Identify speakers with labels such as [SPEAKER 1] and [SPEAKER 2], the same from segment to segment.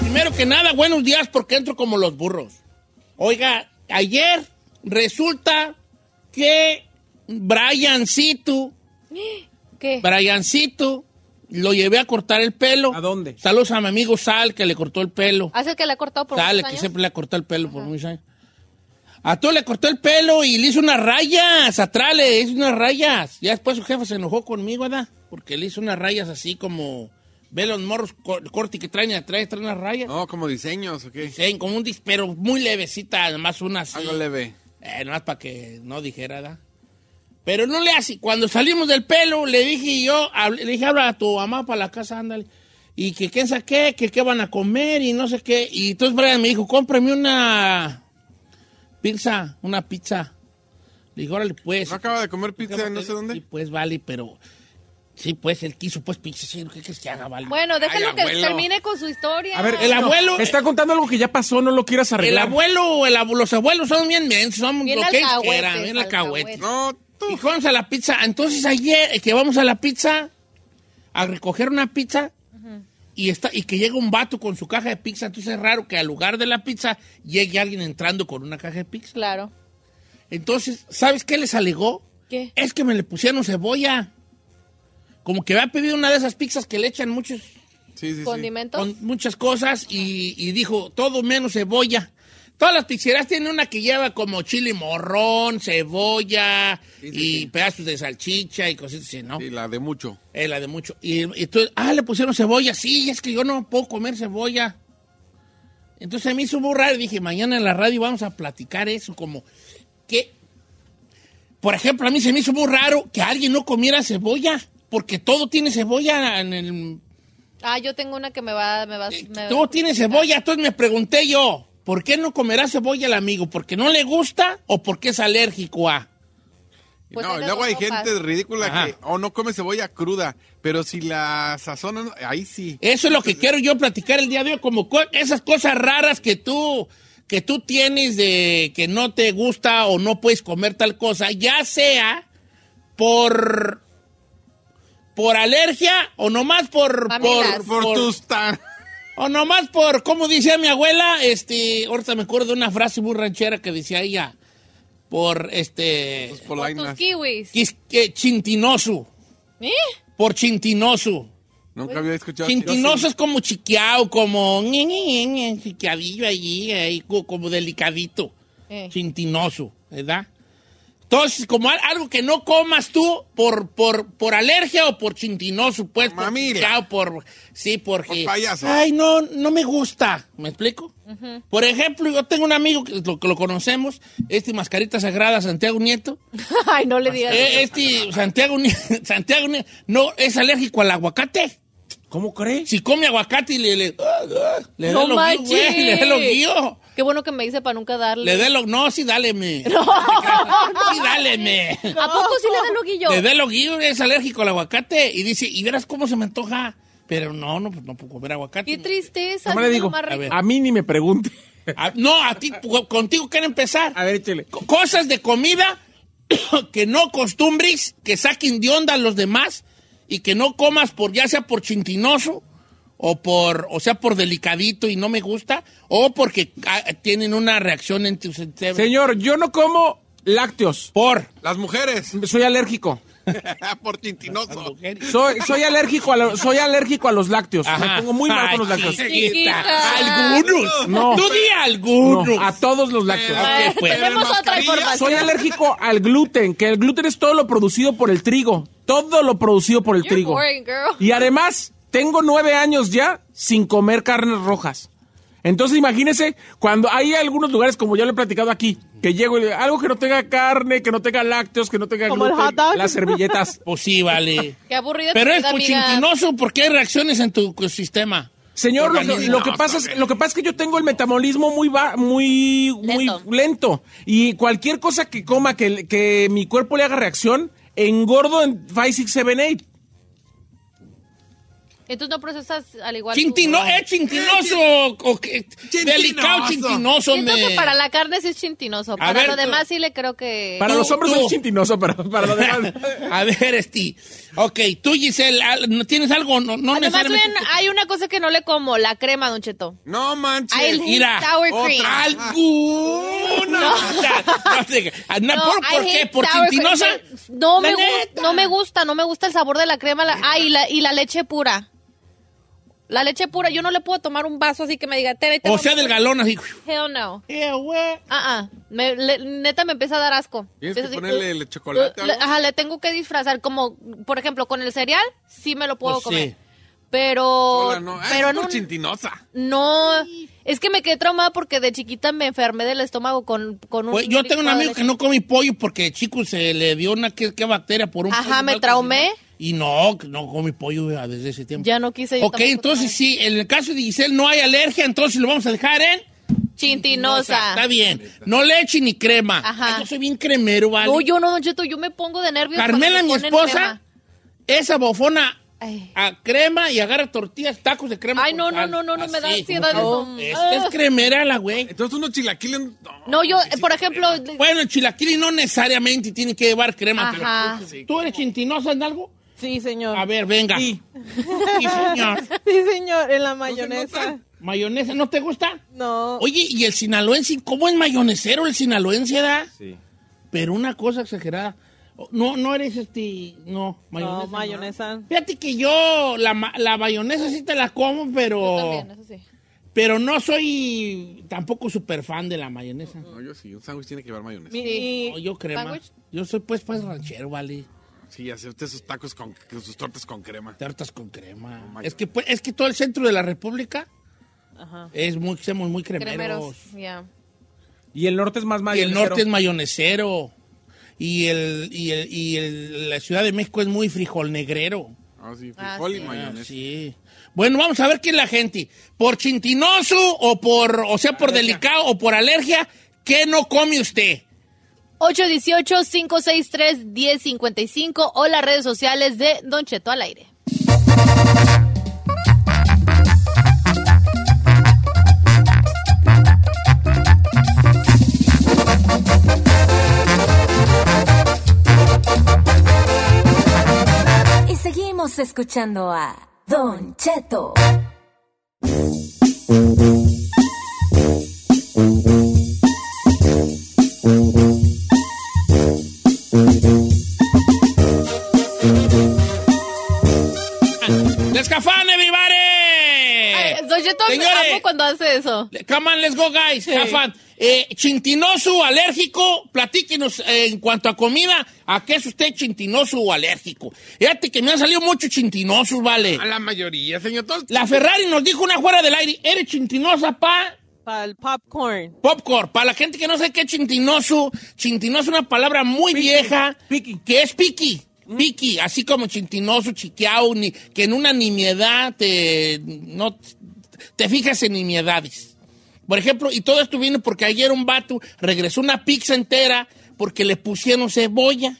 [SPEAKER 1] Primero que nada, buenos días porque entro como los burros. Oiga, ayer resulta que Briancito,
[SPEAKER 2] ¿Qué?
[SPEAKER 1] Briancito, lo llevé a cortar el pelo.
[SPEAKER 3] ¿A dónde?
[SPEAKER 1] Saludos a mi amigo Sal que le cortó el pelo.
[SPEAKER 2] ¿Hace Ah, el que la ha cortado por
[SPEAKER 1] Sal,
[SPEAKER 2] muchos
[SPEAKER 1] que
[SPEAKER 2] años?
[SPEAKER 1] siempre le cortó el pelo por muchos años. A todo le cortó el pelo y le hizo unas rayas, atrás le hizo unas rayas. Ya después su jefe se enojó conmigo, ¿verdad? Porque le hizo unas rayas así como, ve los morros co- corti que traen atrás, traen unas rayas.
[SPEAKER 3] No, como diseños, ¿o qué?
[SPEAKER 1] Sí, como un dis, pero muy levecita, además una así.
[SPEAKER 3] Algo leve.
[SPEAKER 1] Eh, nomás para que no dijera, ¿da? Pero no le hace. Cuando salimos del pelo, le dije yo, hab- le dije, habla a tu mamá para la casa, ándale. Y que quién sabe qué, que qué van a comer y no sé qué. Y entonces Brian me dijo, cómprame una pizza, una pizza. Le dije, órale, pues.
[SPEAKER 3] No acaba de comer pizza, no sé
[SPEAKER 1] Sí,
[SPEAKER 3] dónde.
[SPEAKER 1] pues, vale, pero... Sí, pues, él quiso, pues, pizza. Sí, ¿qué quieres que haga, vale?
[SPEAKER 2] Bueno, déjalo
[SPEAKER 3] Ay,
[SPEAKER 2] que
[SPEAKER 3] abuelo.
[SPEAKER 2] termine con su historia.
[SPEAKER 3] A ver,
[SPEAKER 1] El
[SPEAKER 3] no,
[SPEAKER 1] abuelo-
[SPEAKER 3] Está contando algo que ya pasó, no lo quieras
[SPEAKER 1] El
[SPEAKER 3] arreglar.
[SPEAKER 1] abuelo, el abu- los abuelos son bien pues. mensos, son
[SPEAKER 2] Bien
[SPEAKER 1] lo que ellos
[SPEAKER 2] alcahuetes,
[SPEAKER 1] quieran, bien alcahuetes.
[SPEAKER 3] No,
[SPEAKER 1] Y
[SPEAKER 3] tú.
[SPEAKER 1] vamos a la pizza. Entonces ayer eh, que vamos a la pizza, a recoger una pizza, y, está, y que llega un vato con su caja de pizza, entonces es raro que al lugar de la pizza llegue alguien entrando con una caja de pizza.
[SPEAKER 2] Claro.
[SPEAKER 1] Entonces, ¿sabes qué les alegó?
[SPEAKER 2] ¿Qué?
[SPEAKER 1] Es que me le pusieron cebolla. Como que había pedido una de esas pizzas que le echan muchos,
[SPEAKER 3] Sí, sí, sí.
[SPEAKER 2] ¿Condimentos?
[SPEAKER 1] con muchas cosas y, y dijo, todo menos cebolla. Todas las pizzerías tienen una que lleva como chile morrón, cebolla
[SPEAKER 3] Sí, sí,
[SPEAKER 1] y
[SPEAKER 3] sí.
[SPEAKER 1] pedazos de salchicha y cositas así, ¿no?
[SPEAKER 3] Sí, la de mucho.
[SPEAKER 1] Eh, la de mucho. Y, y entonces, ah, le pusieron cebolla. Sí, es que yo no puedo comer cebolla. Entonces a mí hizo muy raro. Dije, mañana en la radio vamos a platicar eso. Como que, por ejemplo, a mí se me hizo muy raro que alguien no comiera cebolla. Porque todo tiene cebolla en el...
[SPEAKER 2] Ah, yo tengo una que me va, me va,
[SPEAKER 1] eh,
[SPEAKER 2] me-
[SPEAKER 1] todo tiene cebolla. Entonces me pregunté yo, ¿por qué no comerá cebolla el amigo? ¿Porque no le gusta o porque es alérgico a...?
[SPEAKER 2] Pues
[SPEAKER 3] no,
[SPEAKER 2] hay
[SPEAKER 3] y
[SPEAKER 2] de
[SPEAKER 3] luego
[SPEAKER 2] dos
[SPEAKER 3] hay
[SPEAKER 2] sopas.
[SPEAKER 3] gente ridícula
[SPEAKER 1] Ajá.
[SPEAKER 3] que o no come cebolla cruda, pero si la sazonan, ahí sí.
[SPEAKER 1] Eso es lo que quiero yo platicar el día de hoy, como co- esas cosas raras que tú que tú tienes de que no te gusta o no puedes comer tal cosa, ya sea por por alergia o nomás por
[SPEAKER 2] Mamilas.
[SPEAKER 1] por,
[SPEAKER 3] Por
[SPEAKER 1] por-
[SPEAKER 3] tus tan...
[SPEAKER 1] o nomás por como decía mi abuela, este, ahorita me acuerdo de una frase muy ranchera que decía ella por este
[SPEAKER 3] tus
[SPEAKER 2] Por tus
[SPEAKER 3] polainas.
[SPEAKER 2] kiwis.
[SPEAKER 1] quis- que chintinoso,
[SPEAKER 2] ¿Eh?
[SPEAKER 1] por chintinoso.
[SPEAKER 3] Nunca había escuchado.
[SPEAKER 1] Quintinoso es como chiqueado, como ñe, ñe, ñe, ñe, chiqueadillo allí, ahí, co- como delicadito,
[SPEAKER 2] Eh.
[SPEAKER 1] chintinoso, ¿verdad? Entonces, como al- algo que no comas tú por, por, por alergia o por chintinoso, pues, por
[SPEAKER 3] Mamila.
[SPEAKER 1] chiqueado, por, sí, porque,
[SPEAKER 3] Por payaso.
[SPEAKER 1] ay, no, no me gusta, ¿me explico? Por ejemplo, yo tengo un amigo que lo, que lo conocemos, este mascarita sagrada, Santiago Nieto,
[SPEAKER 2] Ay, no le digas.
[SPEAKER 1] Eh, este Santiago, Ni- Santiago Ni- no, es alérgico al aguacate.
[SPEAKER 3] ¿Cómo crees?
[SPEAKER 1] Si come aguacate y le, le, ah, le
[SPEAKER 2] No
[SPEAKER 1] da lo guío, güey,
[SPEAKER 2] manches.
[SPEAKER 1] le da lo guío.
[SPEAKER 2] Qué bueno que me dice para nunca darle.
[SPEAKER 1] Le dé lo, no, sí, dáleme. No, sí, dáleme.
[SPEAKER 2] ¿A poco sí le da lo guillo?
[SPEAKER 1] Le dé lo guío, es alérgico al aguacate. Y dice, y verás cómo se me antoja. Pero no, no, pues no puedo comer aguacate.
[SPEAKER 2] Qué tristeza.
[SPEAKER 3] Nomás le
[SPEAKER 2] es lo
[SPEAKER 3] digo,
[SPEAKER 2] más
[SPEAKER 1] a
[SPEAKER 2] rico.
[SPEAKER 1] ver.
[SPEAKER 3] A mí ni me pregunte.
[SPEAKER 1] A- no, a ti, cu- contigo quiero empezar.
[SPEAKER 3] A ver, échale.
[SPEAKER 1] Co- Cosas de comida que no costumbres, que saquen de onda a los demás y que no comas por, ya sea por chintinoso o por, o sea, por delicadito y no me gusta, o porque ah, tienen una reacción en tu cerebro.
[SPEAKER 4] Señor, yo no como lácteos.
[SPEAKER 1] Por
[SPEAKER 3] Las mujeres.
[SPEAKER 4] Soy alérgico.
[SPEAKER 3] Por tintinoso.
[SPEAKER 4] Soy, soy alérgico a lo- soy alérgico a los lácteos.
[SPEAKER 1] Ajá.
[SPEAKER 4] Me pongo muy mal con los
[SPEAKER 1] Ay,
[SPEAKER 4] lácteos.
[SPEAKER 1] chiquita.
[SPEAKER 2] Chiquita.
[SPEAKER 1] Algunos.
[SPEAKER 4] No.
[SPEAKER 1] Tú di algunos.
[SPEAKER 4] No, a todos los lácteos.
[SPEAKER 1] Ah, ok, pues.
[SPEAKER 2] Tenemos otra
[SPEAKER 3] mascarilla.
[SPEAKER 2] información.
[SPEAKER 4] Soy alérgico al gluten, que el gluten es todo lo producido por el trigo. Todo lo producido por el
[SPEAKER 2] You're
[SPEAKER 4] trigo.
[SPEAKER 2] boring, girl.
[SPEAKER 4] Y además, tengo nueve años ya sin comer carnes rojas. Entonces imagínese, cuando hay algunos lugares, como ya lo he platicado aquí, que llego y digo, algo que no tenga carne, que no tenga lácteos, que no tenga
[SPEAKER 5] Como el
[SPEAKER 4] gluten,
[SPEAKER 5] hot dog.
[SPEAKER 4] las servilletas.
[SPEAKER 1] Pues sí, vale.
[SPEAKER 2] Qué aburrida
[SPEAKER 1] Pero
[SPEAKER 2] tu
[SPEAKER 1] es
[SPEAKER 2] vida, amiga.
[SPEAKER 1] pochintinoso porque hay reacciones en tu sistema.
[SPEAKER 4] Señor, lo que, lo que
[SPEAKER 3] Organismos,
[SPEAKER 4] pasa es,
[SPEAKER 3] ok.
[SPEAKER 4] lo que pasa es que yo tengo el metabolismo muy ba- muy muy
[SPEAKER 2] Lento.
[SPEAKER 4] lento y cualquier cosa que coma que, que mi cuerpo le haga reacción engordo en 5 6 7 8.
[SPEAKER 2] Entonces no procesas al igual.
[SPEAKER 1] Chintino,
[SPEAKER 2] tu-
[SPEAKER 1] es chintinoso.
[SPEAKER 2] Eh,
[SPEAKER 1] o qué?
[SPEAKER 3] eh, Chintinoso.
[SPEAKER 1] Delicado chintinoso.
[SPEAKER 2] Siento
[SPEAKER 1] me-
[SPEAKER 2] que para la carne sí es chintinoso. Para
[SPEAKER 1] ver,
[SPEAKER 2] lo
[SPEAKER 1] tú-
[SPEAKER 2] demás sí le creo que.
[SPEAKER 4] Para
[SPEAKER 1] Tú,
[SPEAKER 4] los hombres
[SPEAKER 1] tú.
[SPEAKER 4] es chintinoso, pero para los demás
[SPEAKER 1] A ver, este. Ok, tú, Giselle, al- ¿no ¿tienes algo? No, no
[SPEAKER 2] Además,
[SPEAKER 1] necesariamente.
[SPEAKER 2] miren, hay una cosa que no le como, la crema, Don Cheto.
[SPEAKER 3] No manches.
[SPEAKER 2] Ay, el
[SPEAKER 1] Mira,
[SPEAKER 2] sour cream.
[SPEAKER 1] otra, alguna. O sea, no sé, ah, no,
[SPEAKER 2] No,
[SPEAKER 1] ¿por,
[SPEAKER 2] I
[SPEAKER 1] por
[SPEAKER 2] hate
[SPEAKER 1] qué? ¿Por
[SPEAKER 2] sour cream.
[SPEAKER 1] chintinosa?
[SPEAKER 2] No me,
[SPEAKER 1] La
[SPEAKER 2] gusta,
[SPEAKER 1] neta.
[SPEAKER 2] no me gusta, no me gusta el sabor de la crema. La, ah, y la, y la leche pura. La leche pura, yo no le puedo tomar un vaso así que me diga, "Tere, te
[SPEAKER 1] O
[SPEAKER 2] tomo-".
[SPEAKER 1] sea, del galón así.
[SPEAKER 2] Hell no.
[SPEAKER 1] Eh, güey.
[SPEAKER 2] Ah, ah. Me- le- neta me empieza a dar asco.
[SPEAKER 3] Tienes que
[SPEAKER 2] Empieza así,
[SPEAKER 3] ponerle
[SPEAKER 2] uh,
[SPEAKER 3] el chocolate o
[SPEAKER 2] le-
[SPEAKER 3] algo.
[SPEAKER 2] ajá, le tengo que disfrazar. Como, por ejemplo, con el cereal, sí me lo puedo
[SPEAKER 1] Pues
[SPEAKER 2] comer.
[SPEAKER 1] sí.
[SPEAKER 2] Pero.
[SPEAKER 3] Hola, no. Ah,
[SPEAKER 2] pero
[SPEAKER 3] es
[SPEAKER 2] en
[SPEAKER 3] por
[SPEAKER 2] un-
[SPEAKER 3] chintinosa.
[SPEAKER 2] No, es que me quedé traumada porque de chiquita me enfermé del estómago con, con un.
[SPEAKER 1] Pues, yo tengo un
[SPEAKER 2] licuado de
[SPEAKER 1] amigo que
[SPEAKER 2] leche.
[SPEAKER 1] no come pollo porque chico se le dio una que, que bacteria por un
[SPEAKER 2] Ajá,
[SPEAKER 1] pollo
[SPEAKER 2] me
[SPEAKER 1] mal
[SPEAKER 2] traumé.
[SPEAKER 1] cocinado. Y no, no come pollo vea, desde ese tiempo.
[SPEAKER 2] Ya no quise yo
[SPEAKER 1] Ok,
[SPEAKER 2] tampoco
[SPEAKER 1] entonces
[SPEAKER 2] comer.
[SPEAKER 1] sí, en el caso de Giselle no hay alergia, entonces lo vamos a dejar en...
[SPEAKER 2] Chintinosa.
[SPEAKER 1] Está bien. No leche ni crema.
[SPEAKER 2] Ajá.
[SPEAKER 1] Ay, yo soy bien cremero, ¿vale?
[SPEAKER 2] No, yo no, Don Cheto, yo me pongo de nervios.
[SPEAKER 1] Carmela, mi
[SPEAKER 2] cuando me ponen
[SPEAKER 1] esposa, esa bofona
[SPEAKER 2] Ay.
[SPEAKER 1] a crema y agarra tortillas, tacos de crema.
[SPEAKER 2] Ay,
[SPEAKER 1] con
[SPEAKER 2] no,
[SPEAKER 1] sal.
[SPEAKER 2] no, no, no, no, me da
[SPEAKER 1] Así.
[SPEAKER 2] ansiedad eso.
[SPEAKER 1] Esta es cremera la güey.
[SPEAKER 3] Entonces unos chilaquiles.
[SPEAKER 2] crema. No, yo, por ejemplo.
[SPEAKER 1] Bueno, el chilaquili no necesariamente tiene que llevar crema. pero-
[SPEAKER 2] Ajá.
[SPEAKER 1] ¿Tú eres chintinosa en algo?
[SPEAKER 5] Sí, señor.
[SPEAKER 1] A ver, venga.
[SPEAKER 4] Sí.
[SPEAKER 1] Sí, señor.
[SPEAKER 5] Sí, señor, en la mayonesa.
[SPEAKER 1] ¿Mayonesa no te gusta?
[SPEAKER 5] No.
[SPEAKER 1] Oye, ¿y el sinaloense? ¿Cómo es mayonesero el sinaloense, da? Sí. Pero una cosa exagerada. No, no eres este... No, mayonesa.
[SPEAKER 5] No,
[SPEAKER 1] no.
[SPEAKER 5] mayonesa.
[SPEAKER 1] Fíjate que yo la, ma- la mayonesa sí te la como, pero...
[SPEAKER 2] También, eso sí.
[SPEAKER 1] Pero no soy tampoco súper fan de la mayonesa.
[SPEAKER 3] No, yo sí. Un sándwich tiene que llevar mayonesa.
[SPEAKER 5] Mi-
[SPEAKER 1] No, yo crema.
[SPEAKER 2] ¿Sándwich?
[SPEAKER 1] Yo soy pues pan ranchero, vale.
[SPEAKER 3] Sí, hacerte sus tacos con con sus tortas con crema. Oh
[SPEAKER 1] Tartas con crema.
[SPEAKER 3] my
[SPEAKER 1] es, que, pues, es que todo el centro de la república
[SPEAKER 5] Ajá.
[SPEAKER 1] es muy, somos muy Eh, cremeros.
[SPEAKER 2] Cremeros. Ya.
[SPEAKER 4] Y el norte es más
[SPEAKER 1] Y el
[SPEAKER 4] mayonesero.
[SPEAKER 1] norte es mayonesero. Y, el, y, el, y el- la Ciudad de México es muy frijol negrero.
[SPEAKER 3] Ah, sí,
[SPEAKER 2] Ah,
[SPEAKER 3] frijol y
[SPEAKER 2] sí.
[SPEAKER 1] Ah,
[SPEAKER 3] mayonesa.
[SPEAKER 1] sí. Bueno, vamos a ver qué es la gente. Por chintinoso o por, o sea, por delicado o por alergia, ¿qué no come usted?
[SPEAKER 2] 818-563-1055 o las redes sociales de Don Cheto al aire.
[SPEAKER 6] Y seguimos escuchando a Don Cheto.
[SPEAKER 1] ¡Let's have fun, everybody!
[SPEAKER 2] Ay, Don Cheto, me
[SPEAKER 1] Señores.
[SPEAKER 2] amo cuando hace eso.
[SPEAKER 1] Le- Come on, let's go, guys. Have fun. Eh, chintinoso, alérgico, platíquenos eh, en cuanto a comida, ¿a qué es usted chintinoso o alérgico? Fíjate que me han salido muchos chintinosos, vale.
[SPEAKER 3] A la mayoría, señor. Todos
[SPEAKER 1] La Ferrari nos dijo una fuera del aire, eres chintinosa, pa.
[SPEAKER 5] Para el popcorn.
[SPEAKER 1] Popcorn, para la gente que no sabe qué es chintinoso, chintinoso es una palabra muy vieja.
[SPEAKER 4] Piqui. Mm.
[SPEAKER 1] Que es piqui. Piqui, así como chintinoso, chiquiao, ni- que en una nimiedad te, no, te fijas en nimiedades. Por ejemplo, y todo esto viene porque ayer un vato regresó una pizza entera porque le pusieron cebolla.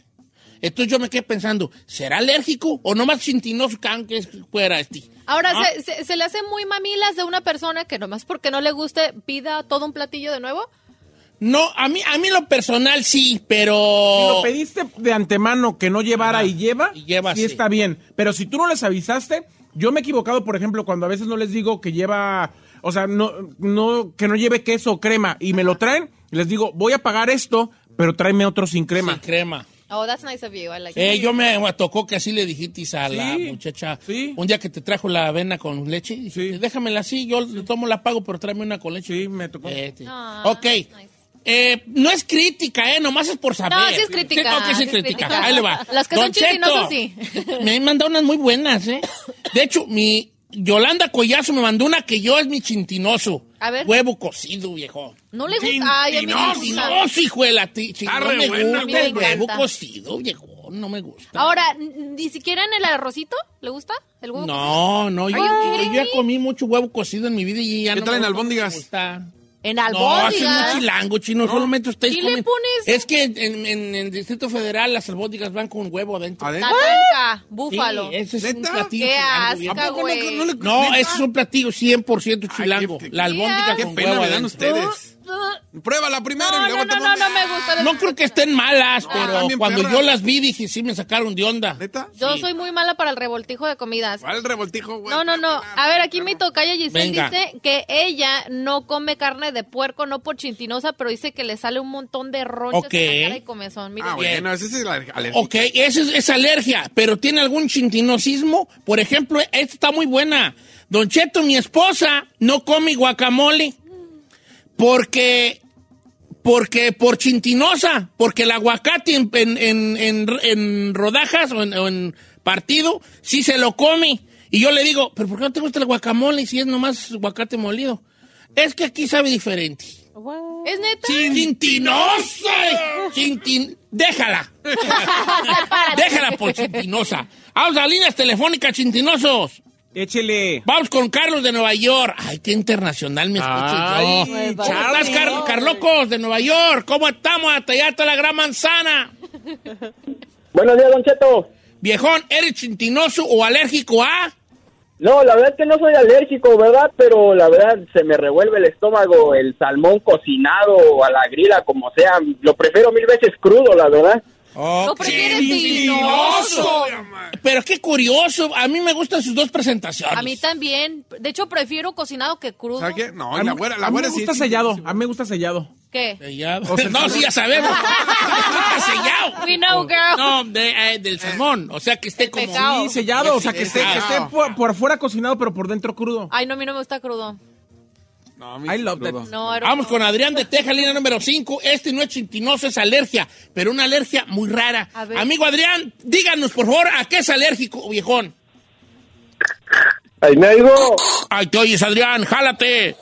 [SPEAKER 1] Entonces yo me quedé pensando, ¿será alérgico o nomás chintinoso can que es fuera este?
[SPEAKER 2] Ahora,
[SPEAKER 1] Ah.
[SPEAKER 2] se, se- se le hace muy mamilas de una persona que nomás porque no le guste pida todo un platillo de nuevo?
[SPEAKER 1] No, a mí, a mí lo personal sí, pero.
[SPEAKER 4] Si lo pediste de antemano que no llevara
[SPEAKER 1] Ajá.
[SPEAKER 4] y lleva,
[SPEAKER 1] Y lleva,
[SPEAKER 4] sí,
[SPEAKER 1] sí.
[SPEAKER 4] está bien. Pero si tú no les avisaste, yo me he equivocado, por ejemplo, cuando a veces no les digo que lleva, o sea, no, no, que no lleve queso o crema y me lo traen, y les digo, voy a pagar esto, pero tráeme otro sin crema.
[SPEAKER 1] Sin crema.
[SPEAKER 2] Oh, that's nice of you. I like
[SPEAKER 1] Eh,
[SPEAKER 2] it.
[SPEAKER 1] yo me me tocó que así le dijiste a la
[SPEAKER 4] Sí,
[SPEAKER 1] muchacha.
[SPEAKER 4] sí.
[SPEAKER 1] Un día que te trajo la avena con leche. dijiste, Déjamela así, yo le tomo la pago, pero tráeme una con leche.
[SPEAKER 4] Sí, me tocó.
[SPEAKER 1] Eh, sí.
[SPEAKER 2] Ah,
[SPEAKER 1] ok.
[SPEAKER 2] nice.
[SPEAKER 1] Eh, no es crítica, ¿eh? Nomás es por saber.
[SPEAKER 2] No, sí es crítica,
[SPEAKER 1] ok, sí
[SPEAKER 2] sí es
[SPEAKER 1] es crítica.
[SPEAKER 2] crítica.
[SPEAKER 1] Ahí le va.
[SPEAKER 2] Las que son
[SPEAKER 1] Cheto,
[SPEAKER 2] chismosas, sí.
[SPEAKER 1] Me han mandado unas muy buenas, ¿eh? De hecho, mi Yolanda Collazo me mandó una que yo es mi chintinoso.
[SPEAKER 2] A ver.
[SPEAKER 1] Huevo cocido, viejo.
[SPEAKER 2] No le gusta. Ay, a mí me gusta.
[SPEAKER 1] Chintinoso, hijo de la ti- chin-
[SPEAKER 3] Está
[SPEAKER 1] No
[SPEAKER 3] re
[SPEAKER 1] me
[SPEAKER 3] buena,
[SPEAKER 1] gusta
[SPEAKER 2] a mí me
[SPEAKER 1] el huevo
[SPEAKER 2] encanta.
[SPEAKER 1] cocido, viejo. No me gusta.
[SPEAKER 2] Ahora, n- ni siquiera en el arrocito, ¿le gusta? ¿El huevo?
[SPEAKER 1] No, no, yo,
[SPEAKER 2] Are you
[SPEAKER 1] yo
[SPEAKER 2] kidding
[SPEAKER 1] ya
[SPEAKER 2] me?
[SPEAKER 1] comí mucho huevo cocido en mi vida y ya
[SPEAKER 3] ¿Qué
[SPEAKER 1] no
[SPEAKER 3] tal en
[SPEAKER 1] me
[SPEAKER 3] albóndigas?
[SPEAKER 1] gusta.
[SPEAKER 2] En
[SPEAKER 1] No, eso es ¿eh? muy
[SPEAKER 2] albóndigas.
[SPEAKER 1] chilango, chino. Solamente ustedes
[SPEAKER 2] ¿Sí le
[SPEAKER 1] comen.
[SPEAKER 2] pones?
[SPEAKER 1] Es que en, en- en el Distrito Federal las albóndigas van con huevo adentro. ¿Ah?
[SPEAKER 3] Adentro.
[SPEAKER 2] Tatanca,
[SPEAKER 1] Sí,
[SPEAKER 2] búfalo.
[SPEAKER 1] ese es
[SPEAKER 3] ¿Neta?
[SPEAKER 1] un platillo
[SPEAKER 2] Qué
[SPEAKER 1] chilango,
[SPEAKER 2] asco,
[SPEAKER 1] viejo.
[SPEAKER 3] ¿A poco
[SPEAKER 2] güey.
[SPEAKER 3] le-
[SPEAKER 1] No,
[SPEAKER 3] neta?
[SPEAKER 1] ese es un platillo 100% chilango.
[SPEAKER 3] qué-
[SPEAKER 1] la albóndiga
[SPEAKER 2] qué
[SPEAKER 3] Qué
[SPEAKER 1] con
[SPEAKER 3] pena
[SPEAKER 1] huevo
[SPEAKER 3] me dan
[SPEAKER 1] adentro.
[SPEAKER 3] ustedes. Pruébala primero
[SPEAKER 2] No,
[SPEAKER 3] y luego
[SPEAKER 2] no,
[SPEAKER 3] te
[SPEAKER 2] no, no,
[SPEAKER 3] mando-
[SPEAKER 2] no me gusta.
[SPEAKER 1] No creo que estén malas, pero
[SPEAKER 3] están bien
[SPEAKER 1] cuando
[SPEAKER 3] perras.
[SPEAKER 1] yo las vi dije, sí me sacaron de onda.
[SPEAKER 3] ¿Neta?
[SPEAKER 2] Yo soy muy mala para el revoltijo de comidas.
[SPEAKER 3] ¿Cuál revoltijo, güey?
[SPEAKER 2] No, no, no. A ver, aquí mi tocaya Giselle
[SPEAKER 1] Venga.
[SPEAKER 2] dice que ella no come carne de puerco, no por chintinosa, pero dice que le sale un montón de ronchas
[SPEAKER 1] Ok.
[SPEAKER 2] en la cara y comezón. Mire,
[SPEAKER 3] Ah, bueno, ese es el aler- alérgico.
[SPEAKER 1] Ok, esa es, es alergia, pero tiene algún chintinosismo. Por ejemplo, esta está muy buena. Don Cheto, mi esposa no come guacamole porque, porque por chintinosa, porque el aguacate en, en- en- en- en rodajas o en, o en partido sí se lo come. Y yo le digo, pero ¿por qué no te gusta el guacamole si es nomás aguacate molido? Es que aquí sabe diferente.
[SPEAKER 5] What?
[SPEAKER 2] ¿Es neta?
[SPEAKER 1] ¡Chintinosa! Chintin- ¡Déjala! Déjala por Chintinosa. Vamos a líneas telefónicas, Chintinosos.
[SPEAKER 4] Échele.
[SPEAKER 1] Vamos con Carlos de Nueva York. Ay, qué internacional me escucho
[SPEAKER 4] Ay,
[SPEAKER 1] yo. ¿Cómo estás, Car- Carlocos de Nueva York? ¿Cómo estamos? Hasta allá hasta la gran manzana.
[SPEAKER 7] Buenos días, Don Cheto.
[SPEAKER 1] Viejón, ¿eres chintinoso o alérgico a...?
[SPEAKER 7] No, la verdad es que no soy alérgico, ¿verdad? Pero la verdad se me revuelve el estómago, el salmón cocinado a la grila, como sea. Lo prefiero mil veces crudo, la verdad.
[SPEAKER 2] ¿No prefieres chintinoso?
[SPEAKER 1] ¡Chintinoso! Pero qué curioso. A mí me gustan sus dos presentaciones.
[SPEAKER 2] A mí también. De hecho, prefiero cocinado que crudo.
[SPEAKER 3] ¿Sabes qué? No,
[SPEAKER 4] A mí-
[SPEAKER 3] la güera, la
[SPEAKER 4] a mí
[SPEAKER 3] güera
[SPEAKER 4] me
[SPEAKER 3] sí
[SPEAKER 4] gusta
[SPEAKER 3] es
[SPEAKER 4] sellado,
[SPEAKER 3] chingoncísima.
[SPEAKER 4] a mí me gusta sellado.
[SPEAKER 2] ¿Qué?
[SPEAKER 1] Sellado.
[SPEAKER 4] O sea,
[SPEAKER 1] no, sí, ya sabemos. Está Ah, sellado.
[SPEAKER 2] We know, girl.
[SPEAKER 1] No, de, eh, del salmón. O sea, que esté como...
[SPEAKER 2] pecado.
[SPEAKER 4] Sí, sellado, o sea, que esté, que esté
[SPEAKER 3] Sellado.
[SPEAKER 4] por, por fuera cocinado, pero por dentro crudo.
[SPEAKER 2] Ay, no, a mí no me gusta crudo.
[SPEAKER 3] No,
[SPEAKER 4] I love that.
[SPEAKER 2] No, I don't
[SPEAKER 1] Vamos
[SPEAKER 2] know.
[SPEAKER 1] con Adrián de Teja, línea número 5. Este no es chintinoso, es alergia, pero una alergia muy rara.
[SPEAKER 2] A ver.
[SPEAKER 1] Amigo Adrián, díganos, por favor, ¿a qué es alérgico, viejón?
[SPEAKER 7] Ahí me digo,
[SPEAKER 1] Ay, te oyes, Adrián, jálate.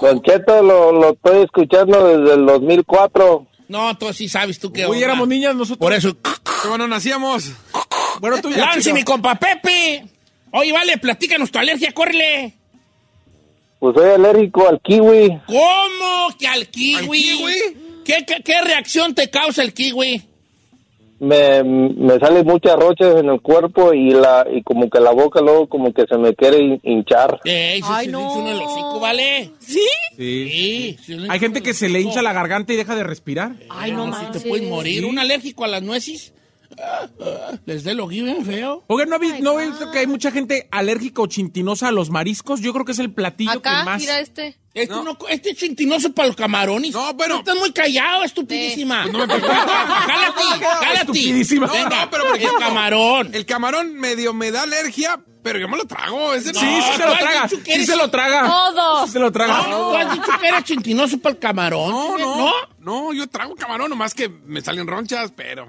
[SPEAKER 7] Don Cheto, lo, lo estoy escuchando desde el 2004.
[SPEAKER 1] No, tú sí sabes tú qué
[SPEAKER 4] Hoy
[SPEAKER 1] onda.
[SPEAKER 4] éramos niñas nosotros.
[SPEAKER 1] Por eso,
[SPEAKER 3] ¿Cómo no nacíamos?
[SPEAKER 4] Bueno, tú ya,
[SPEAKER 1] lance
[SPEAKER 4] chico.
[SPEAKER 1] mi compa Pepe. Oye, vale, platícanos tu alergia, córrele.
[SPEAKER 7] Pues soy alérgico al kiwi.
[SPEAKER 1] ¿Cómo que al kiwi?
[SPEAKER 3] ¿Al kiwi?
[SPEAKER 1] ¿Qué, qué, qué reacción te causa el kiwi?
[SPEAKER 7] Me, me salen muchas rochas en el cuerpo y la y como que la boca luego como que se me quiere hin- hinchar.
[SPEAKER 1] Eh, se,
[SPEAKER 2] Ay,
[SPEAKER 1] se le
[SPEAKER 2] no.
[SPEAKER 1] hincha uno el hocico, ¿vale?
[SPEAKER 4] Sí.
[SPEAKER 1] Sí. se le hincha
[SPEAKER 4] Hay gente
[SPEAKER 1] uno
[SPEAKER 4] que
[SPEAKER 1] el
[SPEAKER 4] se le
[SPEAKER 1] hocico.
[SPEAKER 4] hincha la garganta y deja de respirar.
[SPEAKER 2] Ay, no,
[SPEAKER 1] si te
[SPEAKER 2] manches.
[SPEAKER 1] puedes morir. Un alérgico a las nueces. ah, ah, Les dé lo bien feo.
[SPEAKER 4] Oiga, ¿no, habéis, ¿no visto que hay mucha gente alérgica o chintinosa a los mariscos? Yo creo que es el platillo que
[SPEAKER 2] Acá,
[SPEAKER 4] más...
[SPEAKER 2] mira este.
[SPEAKER 1] Este, no- este es chintinoso para los camarones.
[SPEAKER 3] No, pero-
[SPEAKER 1] Tú Estás muy callado, estupidísima. no me Cálate, cálate.
[SPEAKER 4] pues, Estupidísima.
[SPEAKER 1] Oh, Venga,
[SPEAKER 3] No, no, pero por
[SPEAKER 1] el
[SPEAKER 3] ejemplo-
[SPEAKER 1] camarón.
[SPEAKER 3] El camarón medio me da alergia, pero yo me lo trago. Ese
[SPEAKER 4] Sí, sí se lo
[SPEAKER 1] No, tú has
[SPEAKER 4] traga,
[SPEAKER 1] dicho que
[SPEAKER 4] sí
[SPEAKER 1] eres-
[SPEAKER 4] se lo traga.
[SPEAKER 2] Todo.
[SPEAKER 4] Sí se lo traga.
[SPEAKER 1] No, no, tú has dicho que era chintinoso para el camarón.
[SPEAKER 3] No, no,
[SPEAKER 1] ¿No?
[SPEAKER 3] no. yo trago camarón, nomás que me salen ronchas, pero.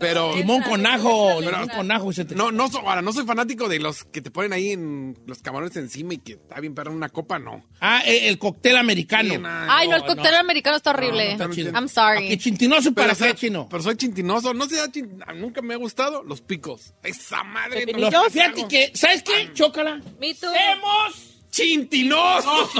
[SPEAKER 3] Pero.
[SPEAKER 1] Limón con ajo,
[SPEAKER 3] Pero-
[SPEAKER 1] limón con ajo. y se te-
[SPEAKER 3] No, no, so- ahora no soy fanático de los que te ponen ahí en los camarones encima y que está bien perro en una copa, no.
[SPEAKER 1] Ah, eh, el cóctel americano.
[SPEAKER 3] Sí, nada.
[SPEAKER 2] Ay, no, el
[SPEAKER 1] no,
[SPEAKER 2] cóctel americano está horrible.
[SPEAKER 1] Está chido.
[SPEAKER 2] I'm
[SPEAKER 1] ¿A qué
[SPEAKER 2] sorry.
[SPEAKER 1] chintinoso para
[SPEAKER 3] o sea,
[SPEAKER 1] qué, chino?
[SPEAKER 3] Pero soy chintinoso, no sé, chin- a- nunca me ha gustado los picos. Esa madre. no
[SPEAKER 1] Los-
[SPEAKER 3] los
[SPEAKER 1] fíjate
[SPEAKER 3] trago.
[SPEAKER 1] que, ¿sabes qué? Chócala.
[SPEAKER 2] Me too.
[SPEAKER 1] Hemos
[SPEAKER 3] ¡Chintinoso!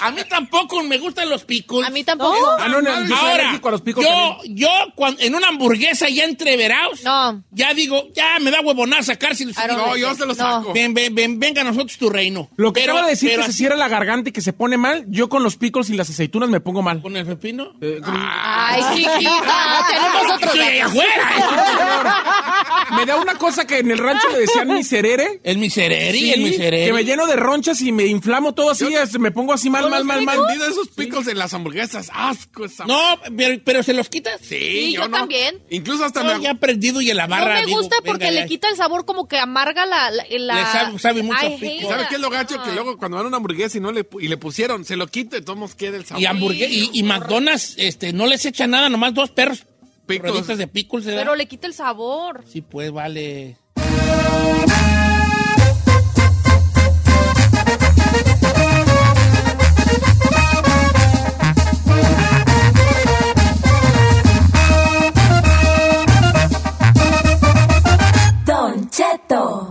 [SPEAKER 1] A mí tampoco me gustan los pickles.
[SPEAKER 2] A mí tampoco.
[SPEAKER 4] Ah, no, no, yo soy
[SPEAKER 1] Ahora,
[SPEAKER 4] alérgico a los picos
[SPEAKER 1] yo,
[SPEAKER 4] también.
[SPEAKER 1] yo cuando- en una hamburguesa ya entreverados,
[SPEAKER 2] No.
[SPEAKER 1] ya digo, ya me da huevonar sacar si
[SPEAKER 2] I don't
[SPEAKER 3] No,
[SPEAKER 2] like
[SPEAKER 3] yo
[SPEAKER 2] it.
[SPEAKER 3] se lo
[SPEAKER 2] No.
[SPEAKER 3] saco.
[SPEAKER 1] Ven, ven, ven, venga a nosotros tu reino.
[SPEAKER 4] Lo que
[SPEAKER 1] Pero-
[SPEAKER 4] acaba de decir
[SPEAKER 1] pero
[SPEAKER 4] que se
[SPEAKER 1] así
[SPEAKER 4] cierra la garganta y que se pone mal, yo con los picos y las aceitunas me pongo mal. Eh,
[SPEAKER 1] ¿Con el pepino? Ah.
[SPEAKER 2] Ay, chiquita, tenemos otro.
[SPEAKER 1] Estoy ahí afuera. ¿eh?
[SPEAKER 4] Me da una cosa que en el rancho le decían miserere.
[SPEAKER 1] El misereri, el
[SPEAKER 4] Sí,
[SPEAKER 1] misereri.
[SPEAKER 4] Que me lleno de ronchas y me inflamo todo así, es- me pongo así mal, mal, mal, mal.
[SPEAKER 3] Bandido esos picos en las hamburguesas. Asco esa.
[SPEAKER 1] No, pero, pero ¿se los quitas?
[SPEAKER 3] Sí,
[SPEAKER 2] Sí, yo
[SPEAKER 3] no.
[SPEAKER 2] también.
[SPEAKER 3] Incluso hasta
[SPEAKER 1] No,
[SPEAKER 3] me.
[SPEAKER 1] ya perdido y en la
[SPEAKER 2] No
[SPEAKER 1] barra.
[SPEAKER 2] me
[SPEAKER 1] digo,
[SPEAKER 2] gusta porque
[SPEAKER 1] venga,
[SPEAKER 2] le
[SPEAKER 1] ya.
[SPEAKER 2] quita el sabor como que amarga la... la, la-
[SPEAKER 1] Le sabe- sabe mucho
[SPEAKER 2] I
[SPEAKER 1] a pico.
[SPEAKER 2] hate
[SPEAKER 3] ¿Sabes
[SPEAKER 2] that.
[SPEAKER 3] qué es lo gacho? Que luego cuando van a una hamburguesa y, no le, pu- y le pusieron, se lo quita y todos queda el sabor.
[SPEAKER 1] Y hamburguesa, y, y McDonald's, este, no les echa nada, nomás dos perros.
[SPEAKER 3] Pickles.
[SPEAKER 1] Roditas de pickles, ¿verdad?
[SPEAKER 2] Pero le quita el sabor.
[SPEAKER 1] Sí, pues, vale.
[SPEAKER 6] Don Cheto.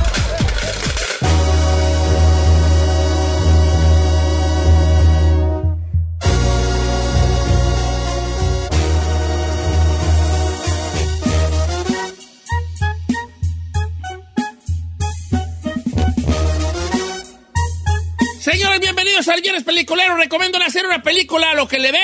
[SPEAKER 1] Señores, bienvenidos al Viernes Peliculero. Recomiendo hacer una película a lo que le dé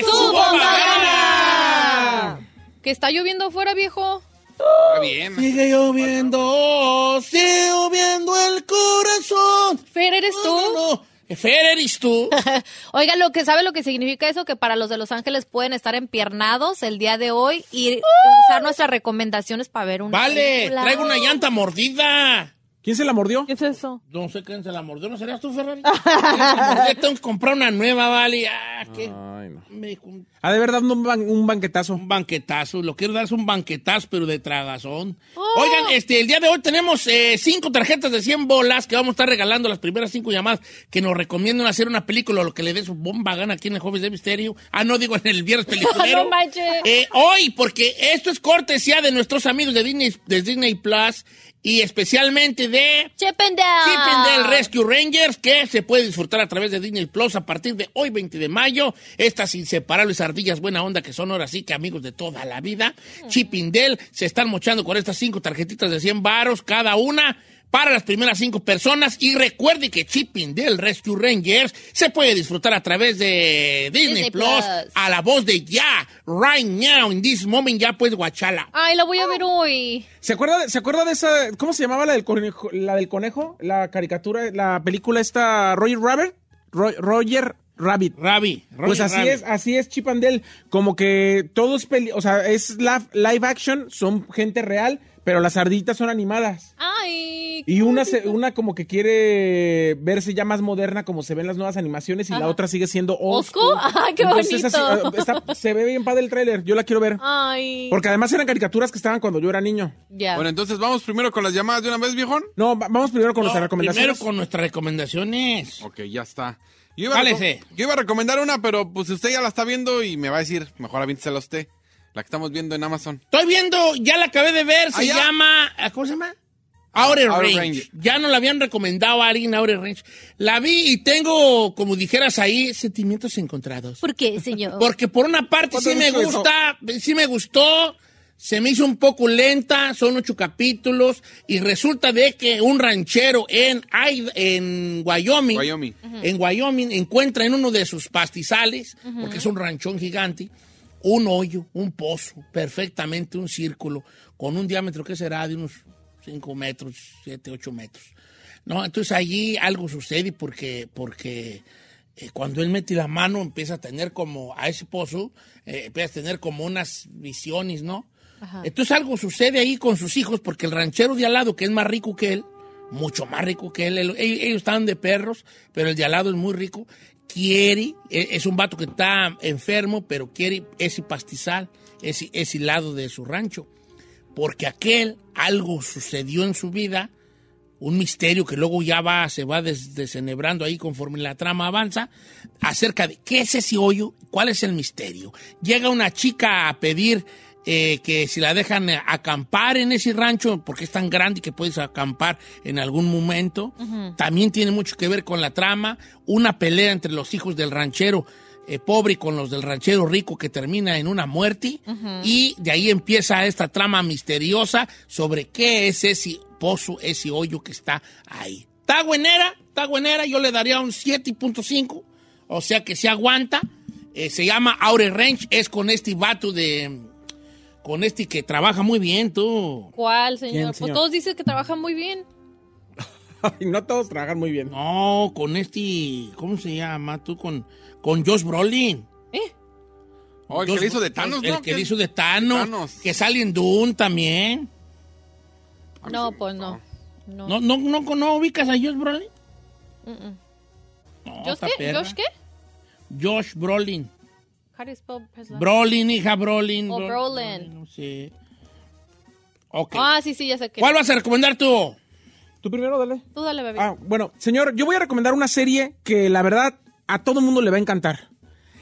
[SPEAKER 2] ¡Su bomba Que está lloviendo afuera, viejo.
[SPEAKER 3] Está bien.
[SPEAKER 1] Sigue lloviendo, sigue lloviendo el corazón.
[SPEAKER 2] Fer, ¿eres tú?
[SPEAKER 1] No, no. Fer, eres tú.
[SPEAKER 2] Oiga, lo que sabe lo que significa eso, que para los de Los Ángeles pueden estar empiernados el día de hoy y usar nuestras recomendaciones para ver una
[SPEAKER 1] ¡Uh! Vale,
[SPEAKER 2] película.
[SPEAKER 1] traigo una llanta mordida.
[SPEAKER 4] ¿Quién se la mordió?
[SPEAKER 5] ¿Qué es eso?
[SPEAKER 1] No sé quién se la mordió, ¿no serías tú, Ferrari? ¿Quién se la mordió? Tengo que comprar una nueva, vale. Ah, qué- Me dijo un
[SPEAKER 4] Ah, de verdad, un, ban- un banquetazo.
[SPEAKER 1] un banquetazo, lo quiero dar es un banquetazo, pero de tragazón.
[SPEAKER 2] Oh.
[SPEAKER 1] Oigan, este, el día de hoy tenemos eh, cinco tarjetas de 100 bolas que vamos a estar regalando las primeras cinco llamadas que nos recomiendan hacer una película o lo que le dé su bomba gana aquí en el Jueves de Misterio. Ah, no, digo en el Viernes Peliculero.
[SPEAKER 2] No manches.
[SPEAKER 1] Eh, hoy, porque esto es cortesía de nuestros amigos de Disney, de Disney Plus y especialmente de...
[SPEAKER 2] Chip and Dale.
[SPEAKER 1] Chip and Dale Rescue Rangers, que se puede disfrutar a través de Disney Plus a partir de hoy, 20 de mayo. Estas inseparables ardillas buena onda que son ahora sí que amigos de toda la vida.
[SPEAKER 2] Mm.
[SPEAKER 1] Chip and Dale se están mochando con estas cinco tarjetitas de 100 varos cada una para las primeras cinco personas. Y recuerde que Chip and Dale Rescue Rangers se puede disfrutar a través de Disney,
[SPEAKER 2] Disney
[SPEAKER 1] Plus,
[SPEAKER 2] Plus.
[SPEAKER 1] a la voz de ya, right now, in this moment, ya puedes guachala.
[SPEAKER 2] Ay, la voy
[SPEAKER 1] ¡Oh!
[SPEAKER 2] a ver hoy.
[SPEAKER 4] ¿Se acuerda, ¿Se acuerda de esa, cómo se llamaba la del conejo? La, del conejo, la caricatura, la película esta, Roger Rabbit? Ro- Roger Rabbit.
[SPEAKER 1] Ravi,
[SPEAKER 4] Pues
[SPEAKER 1] Roger
[SPEAKER 4] así
[SPEAKER 1] Ravi.
[SPEAKER 4] es, así es Chip and Dale. Como que todos, peli- o sea, es la- live action, son gente real, pero las ardillitas son animadas.
[SPEAKER 2] Ay.
[SPEAKER 4] Y una, se- una como que quiere verse ya más moderna, como se ven las nuevas animaciones, y la
[SPEAKER 2] Ajá.
[SPEAKER 4] otra sigue siendo old
[SPEAKER 2] ¿Osco?
[SPEAKER 4] school.
[SPEAKER 2] Ah, qué
[SPEAKER 4] Entonces, es así,
[SPEAKER 2] bonito.
[SPEAKER 4] ah, está- se ve bien padre el tráiler, yo la quiero ver.
[SPEAKER 2] Ay.
[SPEAKER 4] Porque además eran caricaturas que estaban cuando yo era niño.
[SPEAKER 2] Ya.
[SPEAKER 3] Bueno, entonces vamos primero con las llamadas de una vez, viejón.
[SPEAKER 4] No, va- vamos primero con nuestras recomendaciones.
[SPEAKER 1] Primero con nuestras recomendaciones.
[SPEAKER 3] Ok, ya está. Yo iba, a
[SPEAKER 1] Válese.
[SPEAKER 3] reco- yo iba a recomendar una, pero pues usted ya la está viendo y me va a decir, mejor avíntesela a usted. La que estamos viendo en Amazon.
[SPEAKER 1] Estoy viendo, ya la acabé de ver, se
[SPEAKER 3] Ah, ya.
[SPEAKER 1] llama, ¿cómo se llama? Outer,
[SPEAKER 3] Outer
[SPEAKER 1] Range.
[SPEAKER 3] Range.
[SPEAKER 1] Ya no la habían recomendado a alguien Outer Range. La vi y tengo, como dijeras ahí, sentimientos encontrados.
[SPEAKER 2] ¿Por qué, señor?
[SPEAKER 1] Porque por una parte
[SPEAKER 4] ¿Cuándo
[SPEAKER 1] sí
[SPEAKER 4] has
[SPEAKER 1] me
[SPEAKER 4] visto eso?
[SPEAKER 1] gusta, sí me gustó, se me hizo un poco lenta, son ocho capítulos y resulta de que un ranchero en, Id- en Wyoming,
[SPEAKER 3] Wyoming.
[SPEAKER 1] en Wyoming encuentra en uno de sus pastizales, porque es un ranchón gigante, un hoyo, un pozo, perfectamente un círculo, con un diámetro que será de unos 5 metros, 7, 8 metros. ¿no? Entonces allí algo sucede porque, porque eh, cuando él mete la mano empieza a tener como, a ese pozo, eh, empieza a tener como unas visiones, ¿no?
[SPEAKER 4] Ah.
[SPEAKER 2] Ajá.
[SPEAKER 1] Entonces algo sucede ahí con sus hijos porque el ranchero de al lado, que es más rico que él, mucho más rico que él, él- ellos, ellos están de perros, pero el de al lado es muy rico, quiere, e- es un vato que está enfermo, pero quiere ese pastizal, ese, ese lado de su rancho, porque aquel algo sucedió en su vida un misterio que luego ya va, se va des- desenebrando ahí conforme la trama avanza, acerca de qué es ese hoyo, cuál es el misterio. Llega una chica a pedir eh, que si la dejan eh, acampar en ese rancho, porque es tan grande que puedes acampar en algún momento, también tiene mucho que ver con la trama, una pelea entre los hijos del ranchero eh, pobre con los del ranchero rico que termina en una muerte y de ahí empieza esta trama misteriosa sobre qué es ese pozo, ese hoyo que está ahí. Está buenera, está buenera, yo le daría un 7.5, o sea que se aguanta. Eh, se llama Outer Range, es con este vato de... con este que trabaja muy bien, tú.
[SPEAKER 2] ¿Cuál, señor?
[SPEAKER 4] ¿Quién,
[SPEAKER 2] Pues
[SPEAKER 4] señor?
[SPEAKER 2] todos dicen que trabajan muy bien.
[SPEAKER 4] Y no todos trabajan muy bien.
[SPEAKER 1] No, con este... ¿Cómo se llama tú? Con, con Josh Brolin.
[SPEAKER 3] Oh, el que
[SPEAKER 1] Josh
[SPEAKER 3] le hizo de
[SPEAKER 1] Bro-
[SPEAKER 3] Thanos,
[SPEAKER 1] El
[SPEAKER 3] ¿no?
[SPEAKER 1] que le hizo de Thanos,
[SPEAKER 3] Thanos.
[SPEAKER 1] Que sale en Dune también.
[SPEAKER 3] A mí
[SPEAKER 2] No,
[SPEAKER 3] sí me
[SPEAKER 2] pues no.
[SPEAKER 3] gustó.
[SPEAKER 2] No.
[SPEAKER 1] ¿No, no, no, no ubicas a Josh Brolin?
[SPEAKER 2] Mm-mm.
[SPEAKER 1] No,
[SPEAKER 2] ¿Josh
[SPEAKER 1] esta
[SPEAKER 2] qué?
[SPEAKER 1] perra.
[SPEAKER 2] ¿Josh qué?
[SPEAKER 1] Josh Brolin.
[SPEAKER 2] How do you spell his last-
[SPEAKER 1] Brolin, hija, Brolin.
[SPEAKER 2] Oh,
[SPEAKER 1] Bro-
[SPEAKER 2] Brolin.
[SPEAKER 1] No sé. Ok.
[SPEAKER 2] Ah, sí, sí, ya sé que.
[SPEAKER 1] ¿Cuál vas a recomendar tú?
[SPEAKER 4] Tú primero, dale.
[SPEAKER 2] Tú dale, bebé.
[SPEAKER 4] Ah, bueno, señor, yo voy a recomendar una serie que la verdad a todo mundo le va a encantar.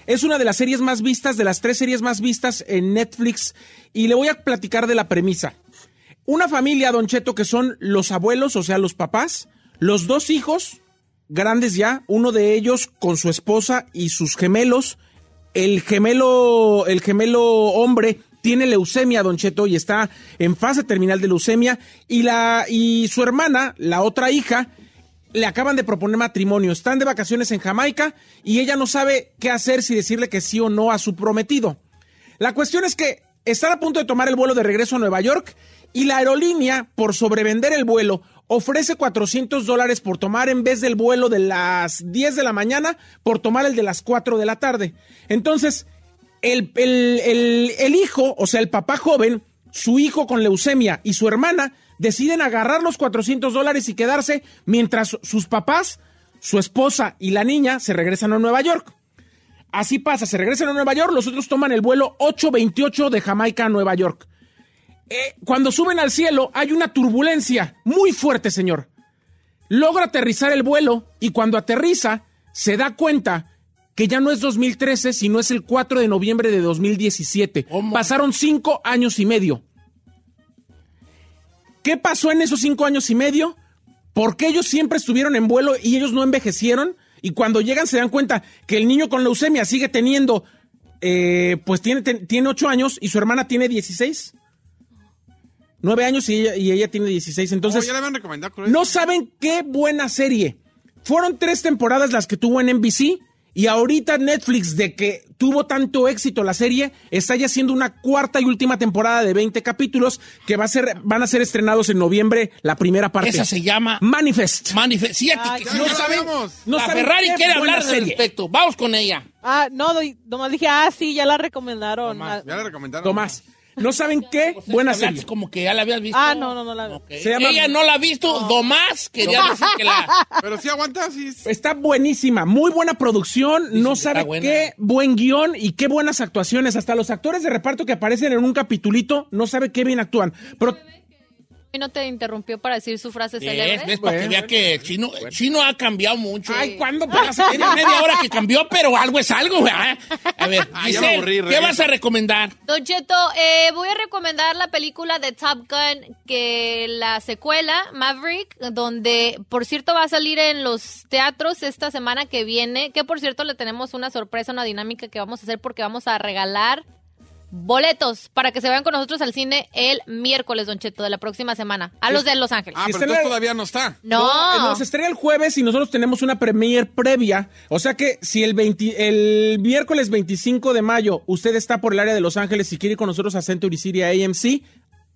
[SPEAKER 4] Es una de las series más vistas, de las tres series más vistas en Netflix, y le voy a platicar de la premisa. Una familia, Don Cheto, que son los abuelos, o sea, los papás, los dos hijos, grandes ya, uno de ellos con su esposa y sus gemelos. El gemelo, el gemelo hombre tiene leucemia, Don Cheto, y está en fase terminal de leucemia. Y la, y su hermana, la otra hija, le acaban de proponer matrimonio. Están de vacaciones en Jamaica y ella no sabe qué hacer si decirle que sí o no a su prometido. La cuestión es que están a punto de tomar el vuelo de regreso a Nueva York y la aerolínea, por sobrevender el vuelo, ofrece 400 dólares por tomar en vez del vuelo de las 10 de la mañana, por tomar el de las 4 de la tarde. Entonces, el, el- el- el hijo, o sea, el papá joven, su hijo con leucemia y su hermana deciden agarrar los 400 dólares y quedarse mientras sus papás, su esposa y la niña se regresan a Nueva York. Así pasa, se regresan a Nueva York, los otros toman el vuelo 828 de Jamaica a Nueva York. Eh, cuando suben al cielo hay una turbulencia muy fuerte, señor. Logra aterrizar el vuelo y cuando aterriza se da cuenta que ya no es 2013, sino es el 4 de noviembre de 2017.
[SPEAKER 1] ¿Cómo?
[SPEAKER 4] Pasaron cinco años y medio. ¿Qué pasó en esos cinco años y medio? ¿Por qué ellos siempre estuvieron en vuelo y ellos no envejecieron? Y cuando llegan se dan cuenta que el niño con leucemia sigue teniendo, eh, pues tiene, ten- tiene 8 años y su hermana tiene 16. 9 años y ella, y ella tiene 16.
[SPEAKER 3] Oh,
[SPEAKER 4] Entonces,
[SPEAKER 3] ya le habían recomendado. creo.
[SPEAKER 4] no saben qué buena serie. Fueron tres temporadas las que tuvo en NBC y ahorita Netflix, de que tuvo tanto éxito la serie, está ya haciendo una cuarta y última temporada de 20 capítulos que va a ser, van a ser estrenados en noviembre, la primera parte.
[SPEAKER 1] Esa se llama
[SPEAKER 4] Manifest.
[SPEAKER 1] Manifest. Fíjate
[SPEAKER 5] Ay,
[SPEAKER 1] que
[SPEAKER 3] Ah, Ya
[SPEAKER 1] no
[SPEAKER 3] la
[SPEAKER 1] saben.
[SPEAKER 3] hablamos.
[SPEAKER 4] No
[SPEAKER 1] la
[SPEAKER 4] saben
[SPEAKER 1] Ferrari
[SPEAKER 4] qué
[SPEAKER 1] quiere
[SPEAKER 4] buena
[SPEAKER 1] hablar al
[SPEAKER 4] serie.
[SPEAKER 1] respecto. Vamos con ella.
[SPEAKER 5] Ah, no, doy- nomás dije, ah, sí, ya la recomendaron.
[SPEAKER 3] Ya le recomendaron.
[SPEAKER 4] Tomás. No saben
[SPEAKER 1] Pues
[SPEAKER 4] qué buena serie.
[SPEAKER 1] Como que ya la habías visto.
[SPEAKER 5] Ah, no, no, no la vi.
[SPEAKER 4] Se llama-
[SPEAKER 1] Ella no la ha visto, Domás quería decir que la...
[SPEAKER 3] Pero sí aguanta, sí.
[SPEAKER 4] Está buenísima, muy buena producción, no sabe
[SPEAKER 1] buena.
[SPEAKER 4] qué buen guión y qué buenas actuaciones. Hasta los actores de reparto que aparecen en un capitulito no sabe qué bien actúan. Pero
[SPEAKER 2] Y no te interrumpió para decir su frase
[SPEAKER 1] Es,
[SPEAKER 2] célebre.
[SPEAKER 1] es para que vea que el chino, el chino ha cambiado mucho.
[SPEAKER 4] Ay, ¿cuándo?
[SPEAKER 1] Tiene media hora que cambió, pero algo es algo. ¿verdad? A ver,
[SPEAKER 3] Ay, ya me
[SPEAKER 1] Giselle,
[SPEAKER 3] aburrí,
[SPEAKER 1] ¿qué
[SPEAKER 3] regresa.
[SPEAKER 1] vas a recomendar?
[SPEAKER 2] Don Cheto, eh, voy a recomendar la película de Top Gun, que la secuela, Maverick, donde, por cierto, va a salir en los teatros esta semana que viene, que por cierto le tenemos una sorpresa, una dinámica que vamos a hacer porque vamos a regalar boletos para que se vayan con nosotros al cine el miércoles, Don Cheto, de la próxima semana, a los de Los Ángeles.
[SPEAKER 3] Ah,
[SPEAKER 4] Si está
[SPEAKER 3] pero
[SPEAKER 4] en
[SPEAKER 3] entonces
[SPEAKER 4] la-
[SPEAKER 3] todavía no está.
[SPEAKER 2] No.
[SPEAKER 4] No, se estrena el jueves y nosotros tenemos una premier previa. O sea que si el, 20 el miércoles 25 de mayo usted está por el área de Los Ángeles y quiere ir con nosotros a Century City a AMC,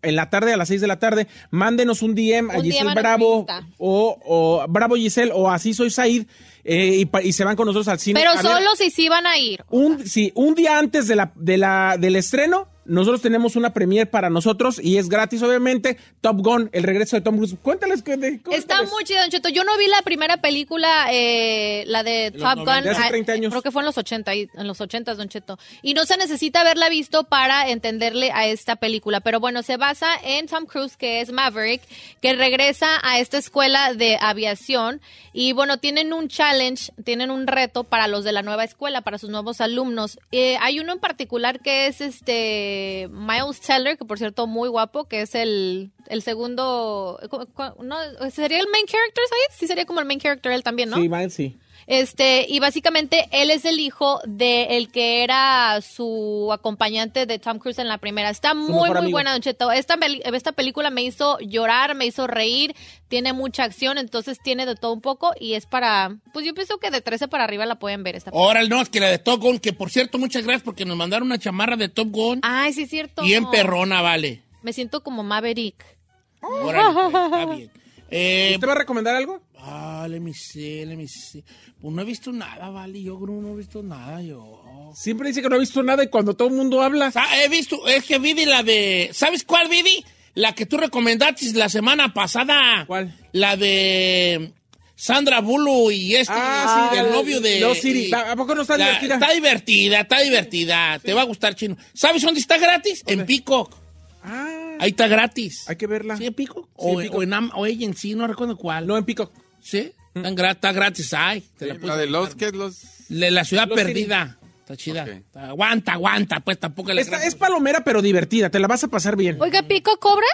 [SPEAKER 4] en la tarde, a las 6 de la tarde, mándenos un DM a
[SPEAKER 2] Un DM
[SPEAKER 4] Giselle
[SPEAKER 2] a
[SPEAKER 4] Bravo
[SPEAKER 2] nuestra lista.
[SPEAKER 4] o, o Bravo Giselle o Así Soy Said eh, y, pa- y se van con nosotros al cine.
[SPEAKER 2] Pero
[SPEAKER 4] a ver-
[SPEAKER 2] solo si sí van a ir.
[SPEAKER 4] un, sí, un día antes de la, de la, del estreno, nosotros tenemos una premier para nosotros y es gratis, obviamente. Top Gun, el regreso de Tom Cruise. Cuéntales. que- de-
[SPEAKER 2] Está
[SPEAKER 4] cuéntales.
[SPEAKER 2] muy chido, Don Cheto. Yo no vi la primera película, eh, la de
[SPEAKER 4] los
[SPEAKER 2] Top
[SPEAKER 4] 90,
[SPEAKER 2] Gun.
[SPEAKER 4] de hace
[SPEAKER 2] ah,
[SPEAKER 4] 30 años.
[SPEAKER 2] Creo que fue en los 80, y- en los 80, Don Cheto. Y no se necesita haberla visto para entenderle a esta película. Pero bueno, se basa en Tom Cruise, que es Maverick, que regresa a esta escuela de aviación. Y bueno, tienen un challenge, tienen un reto para los de la nueva escuela, para sus nuevos alumnos. Eh, hay uno en particular que es este Miles Teller, que por cierto, muy guapo, que es el, el segundo. cu- cu- No, ¿Sería el main character, ¿sabes? Sí, sería como el main character él también, ¿no?
[SPEAKER 4] Sí, Miles, sí.
[SPEAKER 2] Este, y básicamente él es el hijo de el que era su acompañante de Tom Cruise en la primera. Está muy,
[SPEAKER 4] mejor
[SPEAKER 2] muy
[SPEAKER 4] amigo.
[SPEAKER 2] buena, Don Cheto. Esta, pel- esta película me hizo llorar, me hizo reír, tiene mucha acción, entonces tiene de todo un poco y es para, pues yo pienso que de 13 para arriba la pueden ver esta película.
[SPEAKER 1] Ahora no, es que la de Top Gun, que por cierto, muchas gracias porque nos mandaron una chamarra de Top Gun.
[SPEAKER 2] Ay, sí es cierto.
[SPEAKER 1] Bien perrona, vale.
[SPEAKER 2] Me siento como Maverick.
[SPEAKER 1] Órale, pues, está bien. Eh,
[SPEAKER 4] ¿Usted va a recomendar algo?
[SPEAKER 1] ah, let me see, let me see. Pues no he visto nada, vale. Yo creo no he visto nada, yo.
[SPEAKER 4] Siempre dice que no ha visto nada y cuando todo el mundo habla.
[SPEAKER 1] Sa- He visto, es que Vidi la de. ¿Sabes cuál, Vidi? La que tú recomendaste la semana pasada.
[SPEAKER 4] ¿Cuál?
[SPEAKER 1] La de Sandra Bulo y este,
[SPEAKER 4] Ah, sí,
[SPEAKER 1] el
[SPEAKER 4] la-
[SPEAKER 1] novio de.
[SPEAKER 4] Love City.
[SPEAKER 1] y-
[SPEAKER 4] ¿A a poco no está
[SPEAKER 1] la-
[SPEAKER 4] divertida?
[SPEAKER 1] Está divertida, está divertida. Te va a gustar, chino. ¿Sabes dónde está gratis? En Peacock.
[SPEAKER 4] Ah,
[SPEAKER 1] Ahí está gratis.
[SPEAKER 4] hay que verla.
[SPEAKER 1] ¿Sí, en Peacock? o,
[SPEAKER 4] en Peacock.
[SPEAKER 1] o en Am- o ella en sí, no recuerdo cuál.
[SPEAKER 4] No, en Mm. Pico.
[SPEAKER 1] ¿Sí? Tan gra- Está gratis, ay. te la
[SPEAKER 3] Sí,
[SPEAKER 1] puedes
[SPEAKER 3] La de los
[SPEAKER 1] aventar.
[SPEAKER 3] que los.
[SPEAKER 1] La, la ciudad
[SPEAKER 4] Los
[SPEAKER 1] perdida. Está chida.
[SPEAKER 3] Ok.
[SPEAKER 1] Está- Aguanta, aguanta, pues tampoco la
[SPEAKER 4] Esta
[SPEAKER 1] gran-
[SPEAKER 4] es palomera, pero divertida. Te la vas a pasar bien.
[SPEAKER 2] Oiga, ¿Pico cobra?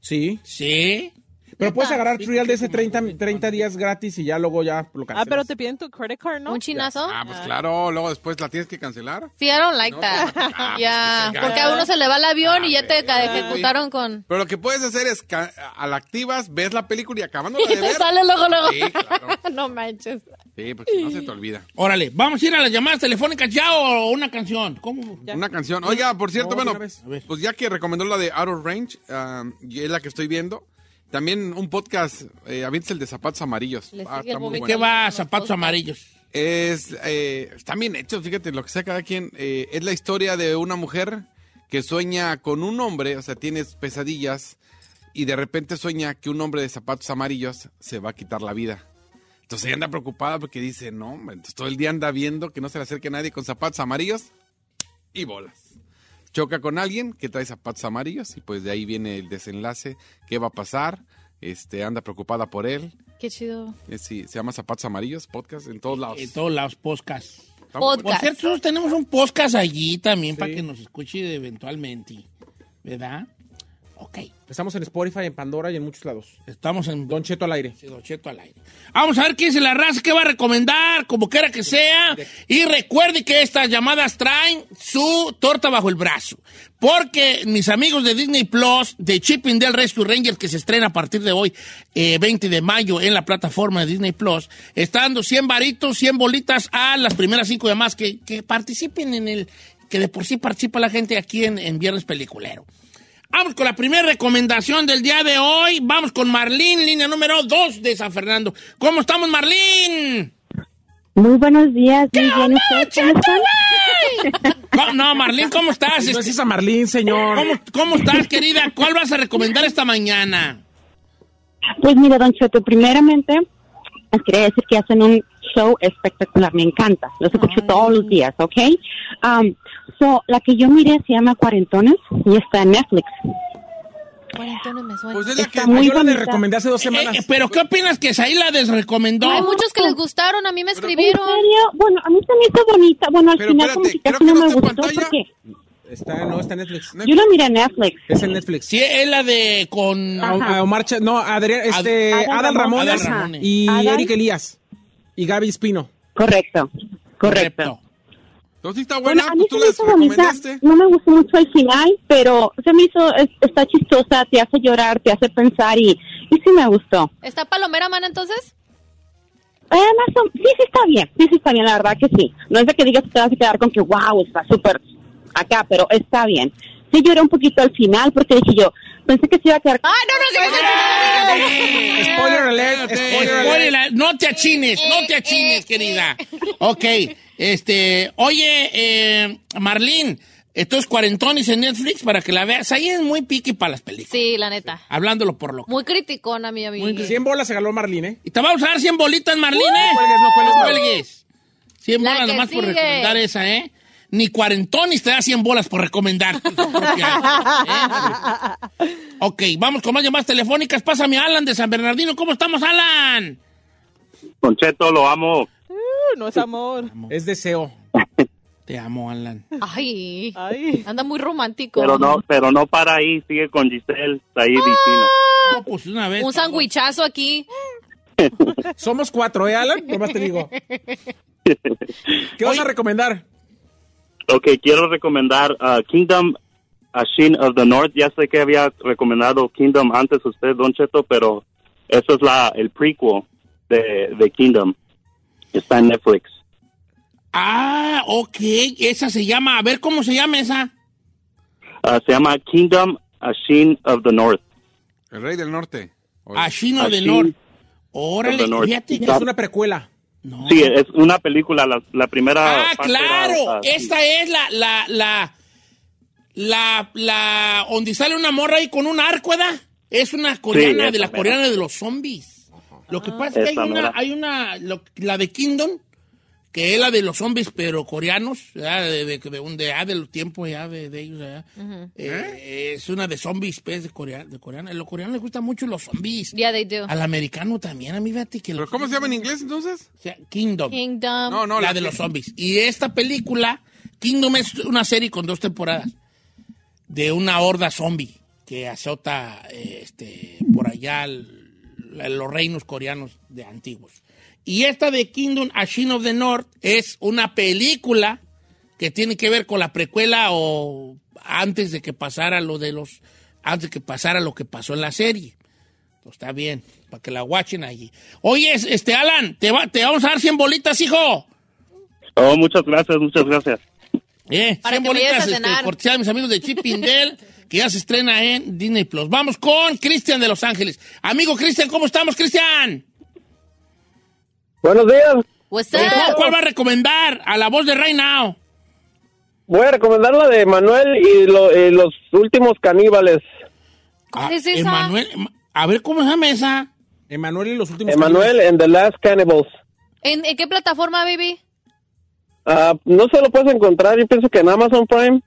[SPEAKER 4] Sí.
[SPEAKER 1] Sí.
[SPEAKER 4] Pero puedes agarrar trial de ese 30, 30 días gratis y ya luego ya lo cancelas.
[SPEAKER 5] Ah, pero te piden tu credit card, ¿no?
[SPEAKER 2] ¿Un chinazo?
[SPEAKER 3] Ah, pues claro, luego después la tienes que cancelar.
[SPEAKER 2] Sí, I don't like
[SPEAKER 3] No,
[SPEAKER 2] that.
[SPEAKER 3] pues, ah,
[SPEAKER 2] Ya,
[SPEAKER 3] pues, que se
[SPEAKER 2] porque a
[SPEAKER 3] gaste.
[SPEAKER 2] uno se le va el avión y ya te
[SPEAKER 3] Ah,
[SPEAKER 2] ejecutaron con...
[SPEAKER 3] Pero lo que puedes hacer es ca- a la activas, ves la película y acabándola
[SPEAKER 2] Y
[SPEAKER 3] de
[SPEAKER 2] te
[SPEAKER 3] ver.
[SPEAKER 2] sale luego, luego.
[SPEAKER 3] Sí, claro.
[SPEAKER 2] no manches.
[SPEAKER 3] Sí, porque si no se te olvida.
[SPEAKER 1] Órale, vamos a ir a las llamadas telefónicas ya o una canción. ¿Cómo?
[SPEAKER 3] Una canción. Oiga, por cierto,
[SPEAKER 4] No, de
[SPEAKER 3] bueno,
[SPEAKER 4] una vez.
[SPEAKER 1] A ver.
[SPEAKER 3] pues ya que recomendó la de Out of Range, um, y es la que estoy viendo. También un podcast, eh, aviéntese el de zapatos amarillos.
[SPEAKER 2] Le
[SPEAKER 3] Ah,
[SPEAKER 2] sigue el
[SPEAKER 3] está muy
[SPEAKER 2] Bobby
[SPEAKER 3] bueno.
[SPEAKER 1] ¿Qué va
[SPEAKER 2] Los
[SPEAKER 1] zapatos
[SPEAKER 2] postas.
[SPEAKER 1] amarillos?
[SPEAKER 3] Es, eh, están bien hechos, fíjate lo que sea cada quien. Eh, es la historia de una mujer que sueña con un hombre, o sea, tiene pesadillas y de repente sueña que un hombre de zapatos amarillos se va a quitar la vida. Entonces ella anda preocupada porque dice, no, hombre", entonces todo el día anda viendo que no se le acerque nadie con zapatos amarillos y bolas. Choca con alguien que trae zapatos amarillos y pues de ahí viene el desenlace, qué va a pasar, este, anda preocupada por él.
[SPEAKER 2] Qué chido.
[SPEAKER 3] Eh, sí, se llama Zapatos Amarillos, podcast en todos lados.
[SPEAKER 1] En todos lados, podcast.
[SPEAKER 3] Está muy bueno.
[SPEAKER 1] Por
[SPEAKER 2] Podcast.
[SPEAKER 1] cierto, nosotros tenemos un podcast allí también para que nos escuche eventualmente. ¿Verdad? Ok.
[SPEAKER 4] Estamos en Spotify, en Pandora y en muchos lados.
[SPEAKER 1] Estamos en
[SPEAKER 4] Don Cheto al aire.
[SPEAKER 1] Sí, Don Cheto al aire. Vamos a ver quién es la raza, qué va a recomendar, como quiera que sea. Y recuerde que estas llamadas traen su torta bajo el brazo. Porque mis amigos de Disney Plus, de Chipping del Rescue Rangers, que se estrena a partir de hoy, eh, 20 de mayo, en la plataforma de Disney Plus, está dando 100 varitos, 100 bolitas a las primeras cinco llamadas que, que participen en el. que de por sí participa la gente aquí en, en Viernes Peliculero. Vamos con la primera recomendación del día de hoy. Vamos con Marlín, línea número 2 de San Fernando. ¿Cómo estamos, Marlín?
[SPEAKER 8] Muy buenos días, muy bien, ¿ustedes cómo están?
[SPEAKER 1] Co- No, Marlene, ¿cómo estás?
[SPEAKER 4] No es a Marlene, señor.
[SPEAKER 1] ¿Cómo, cómo estás, querida? ¿Cuál vas a recomendar esta mañana?
[SPEAKER 8] Pues mira, Don Cheto, primeramente les quería decir que hacen un show espectacular, me encanta, los escucho todos los días, ¿ok? Um, so, la que yo miré se llama Cuarentones y está en Netflix.
[SPEAKER 2] Cuarentona me suena.
[SPEAKER 4] Pues es la que
[SPEAKER 8] Está muy
[SPEAKER 4] yo le
[SPEAKER 8] bonita.
[SPEAKER 4] recomendé hace dos semanas.
[SPEAKER 1] Eh, ¿Pero qué opinas que Saila desrecomendó?
[SPEAKER 2] Hay muchos que les gustaron, a mí me escribieron.
[SPEAKER 8] ¿En serio? Bueno, a mí también está bonita. Bueno, al
[SPEAKER 3] Pero
[SPEAKER 8] final
[SPEAKER 3] espérate,
[SPEAKER 8] como que
[SPEAKER 3] creo
[SPEAKER 8] casi
[SPEAKER 3] que
[SPEAKER 8] no
[SPEAKER 3] no
[SPEAKER 8] me
[SPEAKER 3] está en
[SPEAKER 8] gustó
[SPEAKER 3] pantalla.
[SPEAKER 8] porque
[SPEAKER 4] Está, no, está en Netflix.
[SPEAKER 8] yo la miré en Netflix.
[SPEAKER 4] Es en Netflix.
[SPEAKER 1] Sí, es la de con...
[SPEAKER 4] A, a Omar Cha- no, Adrián, este,
[SPEAKER 8] Adal
[SPEAKER 4] Adal
[SPEAKER 8] Ramones.
[SPEAKER 4] Ramones
[SPEAKER 1] Adal Ramones.
[SPEAKER 4] y
[SPEAKER 8] Adal.
[SPEAKER 4] Eric Elías y Gaby Espino.
[SPEAKER 8] Correcto, correcto.
[SPEAKER 1] Correcto.
[SPEAKER 3] Entonces sí está
[SPEAKER 8] Bueno,
[SPEAKER 3] buena,
[SPEAKER 8] a mí
[SPEAKER 3] pues tú
[SPEAKER 8] se me
[SPEAKER 3] las
[SPEAKER 8] hizo bonita.
[SPEAKER 3] recomendaste.
[SPEAKER 8] No me gustó mucho el final, pero se me hizo, es- está chistosa, te hace llorar, te hace pensar y, y sí me gustó.
[SPEAKER 2] ¿Está Palomera, mana, entonces?
[SPEAKER 8] Eh, más o- sí, sí está bien, sí, sí está bien, la verdad que sí. No es de que digas que te vas a quedar con que, wow, está súper acá, pero está bien. Sí lloré un poquito al final porque dije yo, pensé que se iba a quedar...
[SPEAKER 2] ¡Ah, no, no, se me hace
[SPEAKER 4] Spoiler alert, spoiler
[SPEAKER 1] Eh,
[SPEAKER 4] alert.
[SPEAKER 1] ponela- no te achines, no
[SPEAKER 2] Eh,
[SPEAKER 1] te achines, querida. Ok, este, oye, eh, Marlene, estos cuarentones en Netflix para que la veas. Ahí es muy piqui para las películas.
[SPEAKER 2] Sí, la neta.
[SPEAKER 1] Hablándolo por lo
[SPEAKER 2] Muy criticona, mi amigo.
[SPEAKER 4] 100 bolas se ganó Marlene. ¿eh?
[SPEAKER 1] Y te vamos a dar 100 bolitas, Marlene. No
[SPEAKER 4] cuelgues, no cuelgues, no.
[SPEAKER 1] 100
[SPEAKER 2] La
[SPEAKER 1] bolas
[SPEAKER 2] que
[SPEAKER 1] nomás por
[SPEAKER 2] sigue.
[SPEAKER 1] recomendar esa, ¿eh? Ni cuarentones te da 100 bolas por recomendar. ¿Eh? ok, vamos con más llamadas telefónicas. Pásame a Alan de San Bernardino. ¿Cómo estamos, Alan?
[SPEAKER 7] Don Cheto, lo amo.
[SPEAKER 5] Uh, no es amor.
[SPEAKER 4] Es deseo.
[SPEAKER 1] Te amo, Alan.
[SPEAKER 2] Ay,
[SPEAKER 5] Ay.
[SPEAKER 2] anda muy romántico.
[SPEAKER 7] Pero no, pero no para ahí, sigue con Giselle, ahí
[SPEAKER 4] ¡Ah!
[SPEAKER 7] Vicino.
[SPEAKER 1] No, pues una vez.
[SPEAKER 2] Ah. Un sandwichazo aquí.
[SPEAKER 4] Somos cuatro, ¿eh, Alan? Nomás te digo. ¿Qué vas a recomendar?
[SPEAKER 7] Ok, quiero recomendar uh, Kingdom Ashin of the North. Ya sé que había recomendado Kingdom antes usted, Don Cheto, pero esa es la el prequel de, de Kingdom. Está en Netflix.
[SPEAKER 1] Ah, ok. Esa se llama. A ver cómo se llama esa.
[SPEAKER 7] Uh, se llama Kingdom Ashin of the North.
[SPEAKER 3] El rey del norte. Oye,
[SPEAKER 1] Ashino del
[SPEAKER 7] Ashin
[SPEAKER 1] Norte. Órale,
[SPEAKER 7] of the North.
[SPEAKER 1] fíjate que-
[SPEAKER 7] Ya.
[SPEAKER 4] Es una precuela.
[SPEAKER 1] No.
[SPEAKER 7] Sí, es una película, la, la primera.
[SPEAKER 1] Ah,
[SPEAKER 7] parte
[SPEAKER 1] claro.
[SPEAKER 7] era, uh,
[SPEAKER 1] Esta es la, la, la, la, la, donde sale una morra ahí con un arco, ¿verdad? Es una coreana
[SPEAKER 7] esa
[SPEAKER 1] de las
[SPEAKER 7] mera.
[SPEAKER 1] coreanas de los zombies. Lo que pasa es que hay
[SPEAKER 7] Esa
[SPEAKER 1] una,
[SPEAKER 7] mera.
[SPEAKER 1] hay una, lo- la de Kingdom, que es la de los zombies, pero coreanos, ¿verdad? de, de, de un de, ah, de los tiempos ya de, de ellos. ¿verdad? Eh, Es una de zombies, pues, de, corea, de coreana. A los coreanos les gustan mucho los zombies.
[SPEAKER 2] Yeah, they do.
[SPEAKER 1] Al americano también, a mí fíjate que...
[SPEAKER 3] ¿Pero
[SPEAKER 1] los-
[SPEAKER 3] cómo se llama en inglés entonces?
[SPEAKER 1] O sea, Kingdom.
[SPEAKER 2] Kingdom.
[SPEAKER 3] No, no,
[SPEAKER 1] la,
[SPEAKER 3] la
[SPEAKER 1] de
[SPEAKER 3] que-
[SPEAKER 1] los zombies. Y esta película, Kingdom es una serie con dos temporadas de una horda zombie que azota eh, este, por allá el- la- los reinos coreanos de antiguos. Y esta de Kingdom Ashin of the North es una película que tiene que ver con la precuela o antes de que pasara lo de los antes de que pasara lo que pasó en la serie. Pues está bien, para que la watchen allí. Oye, es- este Alan, te, va- te vamos a dar 100 bolitas, hijo.
[SPEAKER 7] Oh, muchas gracias, muchas gracias.
[SPEAKER 1] Eh,
[SPEAKER 2] Para
[SPEAKER 1] 100
[SPEAKER 2] que vayas a
[SPEAKER 1] bolitas, este,
[SPEAKER 2] cenar.
[SPEAKER 1] cortesía de mis amigos de Chip Indel, que ya se estrena en Disney Plus. Vamos con Cristian de Los Ángeles. Amigo Cristian, ¿cómo estamos, Cristian?
[SPEAKER 7] Buenos días.
[SPEAKER 2] What's
[SPEAKER 1] Eh, ¿cu-
[SPEAKER 2] up?
[SPEAKER 1] ¿Cuál va a recomendar a la voz de Right Now?
[SPEAKER 7] Voy a recomendar la de Manuel y, los últimos caníbales.
[SPEAKER 2] ¿Cuál
[SPEAKER 1] Ah,
[SPEAKER 2] es esa?
[SPEAKER 1] Emanuel, Em- a ver, ¿cómo se llama esa?
[SPEAKER 4] Emanuel y los últimos.
[SPEAKER 7] Emanuel and the Last Cannibals.
[SPEAKER 2] ¿En, en qué plataforma, baby?
[SPEAKER 7] Ah, no se lo puedes encontrar, yo pienso que en Amazon Prime,
[SPEAKER 4] En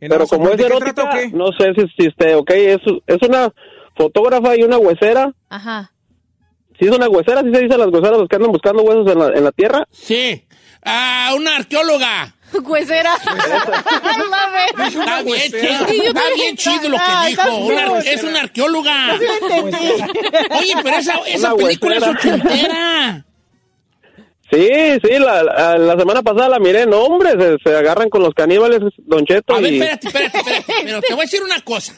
[SPEAKER 7] pero
[SPEAKER 4] Amazon,
[SPEAKER 7] como es
[SPEAKER 4] ¿de qué
[SPEAKER 7] erótica,
[SPEAKER 4] trata o qué?
[SPEAKER 7] no sé si existe, ok, es, es una fotógrafa y una huesera,
[SPEAKER 2] Ajá.
[SPEAKER 7] si es una huesera, si se dice las hueseras los que andan buscando huesos en la, en la tierra,
[SPEAKER 1] Sí. Ah, una arqueóloga.
[SPEAKER 2] Huesera. I love it.
[SPEAKER 1] Está bien
[SPEAKER 4] huesera.
[SPEAKER 1] chido, está bien chido lo
[SPEAKER 5] Ah,
[SPEAKER 1] que
[SPEAKER 5] estás
[SPEAKER 1] dijo. Una-
[SPEAKER 5] bien.
[SPEAKER 1] es una arqueóloga. Oye, pero esa, esa
[SPEAKER 7] Una
[SPEAKER 1] película es
[SPEAKER 7] huesera.
[SPEAKER 1] ochentera.
[SPEAKER 7] sí, sí, la, la, la semana pasada la miré, no hombre, se, se agarran con los caníbales, Don Cheto,
[SPEAKER 1] A ver,
[SPEAKER 7] y
[SPEAKER 1] espérate, espérate, espérate. Pero te voy a decir una cosa.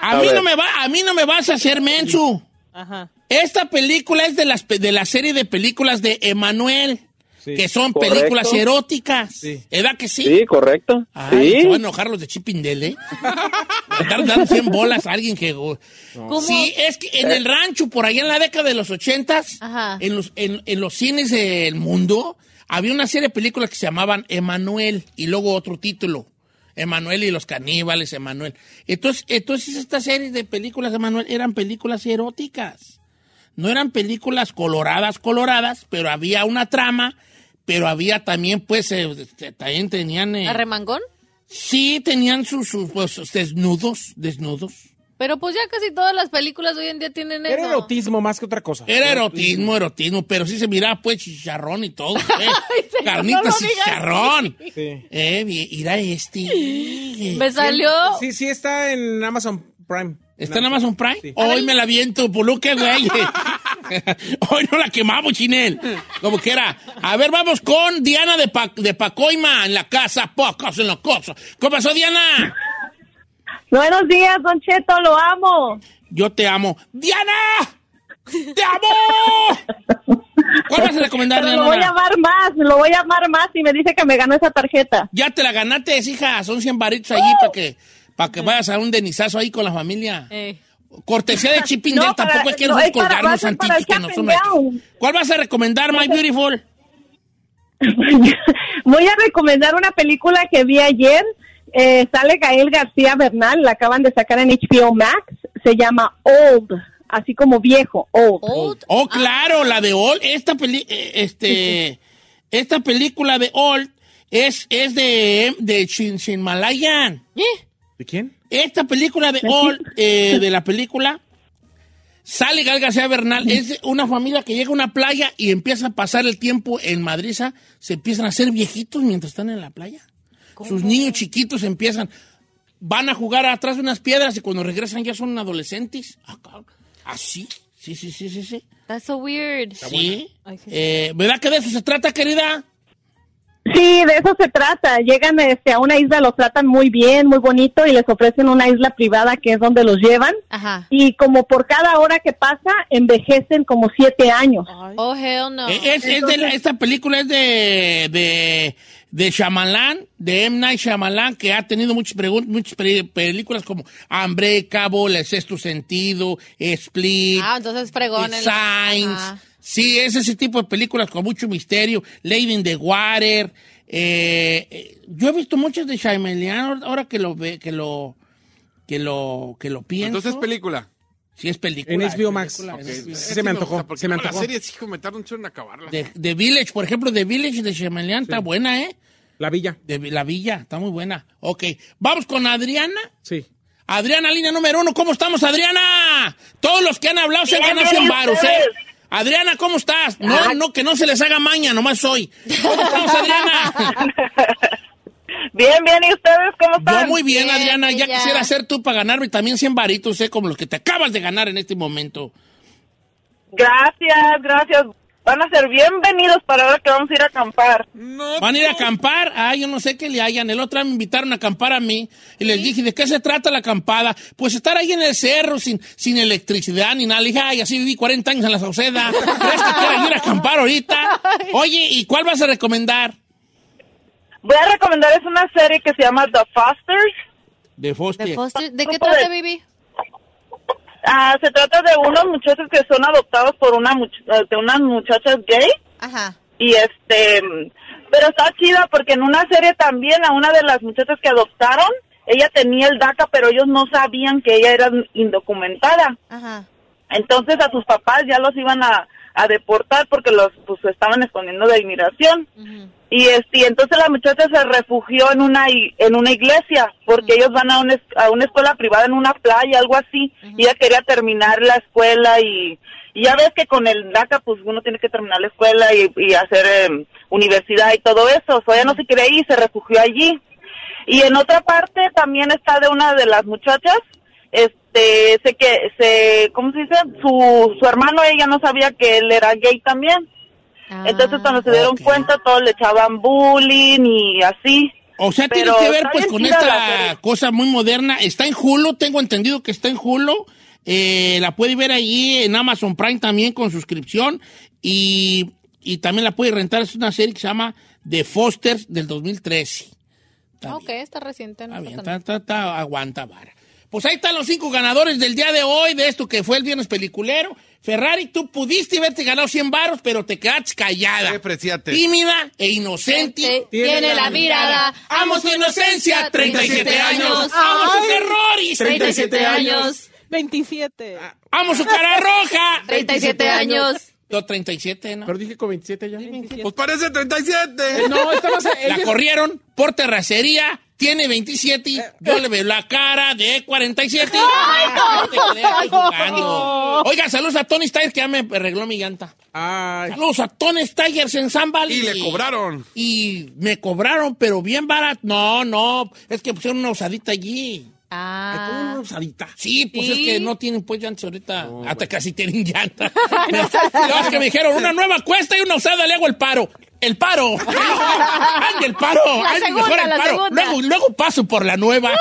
[SPEAKER 1] A,
[SPEAKER 7] A
[SPEAKER 1] mí,
[SPEAKER 7] ver.
[SPEAKER 1] no me va, a mí no me vas a hacer mensu.
[SPEAKER 5] Ajá.
[SPEAKER 1] Esta película es de, las, pe- de la serie de películas de Emanuel,
[SPEAKER 4] Sí.
[SPEAKER 1] que son
[SPEAKER 7] Correcto.
[SPEAKER 1] películas eróticas.
[SPEAKER 4] Sí.
[SPEAKER 1] ¿Edad que sí?
[SPEAKER 7] sí, correcto,
[SPEAKER 1] Ay,
[SPEAKER 7] sí,
[SPEAKER 1] se van a enojar los de Chipindel, ¿eh? Andar dando 100 bolas a alguien que...
[SPEAKER 2] ¿Cómo?
[SPEAKER 1] Sí, es que en el rancho, por allá en la década de los ochentas,
[SPEAKER 2] Ajá.
[SPEAKER 1] en los, en, en los cines del mundo, Había una serie de películas que se llamaban Emanuel y luego otro título. Emanuel y los caníbales, Emanuel. Entonces, entonces estas series de películas, Emanuel, eran películas eróticas. No eran películas coloradas, coloradas, pero había una trama, pero había también, pues, eh, eh, también tenían... eh,
[SPEAKER 2] ¿A remangón?
[SPEAKER 1] sí, tenían sus, sus, pues, sus desnudos, desnudos.
[SPEAKER 2] Pero pues ya casi todas las películas hoy en día tienen eso.
[SPEAKER 4] Era erotismo más que otra cosa.
[SPEAKER 1] Era erotismo, erotismo, pero sí se miraba pues chicharrón y todo. pues.
[SPEAKER 2] señor, no
[SPEAKER 1] Carnitas
[SPEAKER 2] lo digas
[SPEAKER 1] chicharrón.
[SPEAKER 4] Sí.
[SPEAKER 1] Eh, mi- mira este.
[SPEAKER 2] Me salió.
[SPEAKER 4] Sí, sí, está en Amazon Prime.
[SPEAKER 1] ¿Está en Amazon Prime? Hoy me la viento, puluque, güey. Hoy no la quemamos, Chinel. Como quiera. A ver, vamos con Diana de, Pa- de Pacoima en la casa. Pocos en la cosa. ¿Cómo pasó, Diana?
[SPEAKER 9] Buenos días, Don Cheto, lo amo.
[SPEAKER 1] Yo te amo. ¡Diana! ¡Te amo! ¿Cuál vas a recomendar,
[SPEAKER 9] Pero
[SPEAKER 1] Diana?
[SPEAKER 9] lo voy a amar más, lo voy a amar más y me dice que me ganó esa tarjeta.
[SPEAKER 1] Ya te la ganaste, hija. Son 100 baritos ahí para que, para
[SPEAKER 9] Uh.
[SPEAKER 1] que vayas a un denizazo ahí con la familia.
[SPEAKER 2] Eh,
[SPEAKER 1] Cortesía de Chipping
[SPEAKER 9] No,
[SPEAKER 1] Dale,
[SPEAKER 9] para-
[SPEAKER 1] tampoco es que
[SPEAKER 9] no,
[SPEAKER 1] nos
[SPEAKER 9] es para- va a
[SPEAKER 1] colgarnos
[SPEAKER 9] ser para
[SPEAKER 1] antitos que
[SPEAKER 9] el
[SPEAKER 1] no
[SPEAKER 9] Chapin
[SPEAKER 1] son nuestros. ¿Cuál vas a recomendar, My Beautiful?
[SPEAKER 9] Voy a recomendar una película que vi ayer. Eh, sale Gael García Bernal, la acaban de sacar en HBO Max. Se llama Old, así como viejo, Old.
[SPEAKER 1] Oh, claro, la de Old. Esta peli, eh, este, esta película de Old es, es de, de Chin Chin Malayan.
[SPEAKER 4] ¿De quién?
[SPEAKER 1] Esta película de All, eh, de la película, sale Gal García Bernal, es de una familia que llega a una playa y empieza a pasar el tiempo en Madriza, se empiezan a hacer viejitos mientras están en la playa. Sus niños chiquitos empiezan, van a jugar atrás de unas piedras y cuando regresan ya son adolescentes. Ah, cabrón. Así, sí, sí, sí, sí, sí.
[SPEAKER 2] That's so weird.
[SPEAKER 1] Sí. Eh, ¿Verdad que de eso se trata, querida?
[SPEAKER 9] Sí, de eso se trata. Llegan este, a una isla, los tratan muy bien, muy bonito y les ofrecen una isla privada que es donde los llevan.
[SPEAKER 2] Ajá.
[SPEAKER 9] Y como por cada hora que pasa, envejecen como siete años.
[SPEAKER 2] Oh, hell no.
[SPEAKER 1] Eh, es- es de la- esta película es de, de, de Shyamalan, de M. Night Shyamalan, que ha tenido muchas, pregun- muchas pre- películas como Unbreakable, El Sexto Sentido, Split,
[SPEAKER 2] Ah, entonces fregón. el-
[SPEAKER 1] Signs.
[SPEAKER 2] Ajá.
[SPEAKER 1] Sí, es ese tipo de películas con mucho misterio. Lady in the Water. eh, eh, yo he visto muchas de Shyamalan ahora que lo ve, que lo que lo que lo pienso.
[SPEAKER 3] Entonces es película.
[SPEAKER 1] Sí, es película.
[SPEAKER 4] En
[SPEAKER 1] es
[SPEAKER 4] HBO Max.
[SPEAKER 1] película,
[SPEAKER 4] Ok,
[SPEAKER 1] es película.
[SPEAKER 4] Se me antojó. Se me antojó.
[SPEAKER 3] La serie sí que me tarda un chorro en acabarla.
[SPEAKER 1] De, de Village, por ejemplo, de Village de Chameleon está buena, ¿eh?
[SPEAKER 4] La Villa.
[SPEAKER 1] De Vi- la Villa, está muy buena. Ok, vamos con Adriana.
[SPEAKER 4] Sí.
[SPEAKER 1] Adriana, línea número uno, ¿cómo estamos, Adriana? Todos los que han hablado se ganan 100 varos, ¿eh? Adriana, ¿cómo estás?
[SPEAKER 9] Ah.
[SPEAKER 1] No, no, que no se les haga maña, nomás soy. ¿Cómo estamos, Adriana?
[SPEAKER 9] Bien, bien, ¿y ustedes cómo
[SPEAKER 1] Yo muy bien, Adriana. Ya,
[SPEAKER 2] ella.
[SPEAKER 1] quisiera ser tú para ganarme también 100 varitos, ¿eh? Como los que te acabas de ganar en este momento.
[SPEAKER 9] Gracias, gracias. Van a ser bienvenidos para ahora que vamos a ir a acampar.
[SPEAKER 1] ¿Van a ir a acampar? Ah, yo no sé qué le hayan. El otro día me invitaron a acampar a mí y les dije, ¿de qué se trata la acampada? Pues estar ahí en el cerro sin, sin electricidad ni nada. Le dije, ay, así viví 40 años en la Sauceda. ¿Crees que quiero ir a acampar ahorita? Oye, ¿y cuál vas a recomendar?
[SPEAKER 9] Voy a recomendarles una serie que se llama The Fosters.
[SPEAKER 1] De Foster.
[SPEAKER 2] De Foster- ¿De qué
[SPEAKER 9] Grupo de-
[SPEAKER 2] trata, baby?
[SPEAKER 9] Ah, se trata de unos muchachos que son adoptados por una much- eh, de unas muchachas gay
[SPEAKER 2] Ajá.
[SPEAKER 9] y este pero está chida porque en una serie también a una de las muchachas que adoptaron ella tenía el DACA pero ellos no sabían que ella era indocumentada
[SPEAKER 2] Ajá.
[SPEAKER 9] entonces a sus papás ya los iban a, a deportar porque los pues estaban escondiendo de inmigración y este y entonces la muchacha se refugió en una i- en una iglesia porque ellos van a una es- a una escuela privada en una playa algo así y ella quería terminar la escuela y, y ya ves que con el DACA pues uno tiene que terminar la escuela y, y hacer em, universidad y todo eso o sea, ella no se quería ir se refugió allí y en otra parte también está de una de las muchachas este sé que se cómo se dice su su hermano ella no sabía que él era gay también entonces cuando se dieron cuenta todos le echaban bullying y así.
[SPEAKER 1] O sea, tiene
[SPEAKER 9] Pero
[SPEAKER 1] que ver
[SPEAKER 9] está
[SPEAKER 1] pues
[SPEAKER 9] bien
[SPEAKER 1] con
[SPEAKER 9] chida la
[SPEAKER 1] esta
[SPEAKER 9] serie.
[SPEAKER 1] cosa muy moderna. Está en Hulu, tengo entendido que está en Hulu. Eh, la puede ver ahí en Amazon Prime también con suscripción. Y, y también la puede rentar. Es una serie que se llama The Fosters del 2013. Está
[SPEAKER 2] Ok, está reciente. No
[SPEAKER 1] Está bien,
[SPEAKER 2] está tan-
[SPEAKER 1] está- está- está- aguanta vara. Pues ahí están los cinco ganadores del día de hoy de esto que fue el viernes peliculero. Ferrari, tú pudiste haberte ganado 100 varos, pero te quedas callada. Tímida e inocente.
[SPEAKER 2] Tiene la mirada.
[SPEAKER 1] Amo su inocencia. 37 años. Amo sus errores.
[SPEAKER 5] 37 años. 27.
[SPEAKER 2] Ah.
[SPEAKER 1] Amo su cara roja.
[SPEAKER 2] 37 años.
[SPEAKER 1] No, 37, ¿no? Eh,
[SPEAKER 4] Pero dije con 27 ya.
[SPEAKER 3] Pues parece 37.
[SPEAKER 4] No, esta va a ser-
[SPEAKER 1] La
[SPEAKER 4] ella-
[SPEAKER 1] corrieron por terracería. Tiene 27 y yo le veo la cara de 47.
[SPEAKER 5] ¡Ay, no!
[SPEAKER 1] Te quedé aquí jugando. Oiga, saludos a Tony Stiles que ya me arregló mi llanta.
[SPEAKER 4] Ay.
[SPEAKER 1] Saludos a Tony Tigers en San
[SPEAKER 3] Y le cobraron.
[SPEAKER 1] Y me cobraron, pero bien barato. No, no, es que pusieron una usadita allí.
[SPEAKER 2] Ah.
[SPEAKER 1] Una usadita. Sí, pues
[SPEAKER 2] Sí.
[SPEAKER 1] es que no tienen pues llantas ahorita. Hasta casi tienen llantas. no, es que me dijeron, una nueva cuesta y una usada, le hago el paro. El paro. ¡Ay, el paro!
[SPEAKER 2] La
[SPEAKER 1] ¡Ay,
[SPEAKER 2] segunda,
[SPEAKER 1] mejor el
[SPEAKER 2] la
[SPEAKER 1] paro!
[SPEAKER 2] segunda.
[SPEAKER 1] Luego, luego paso por la nueva.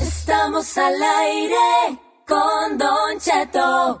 [SPEAKER 6] Estamos al aire con Don Cheto.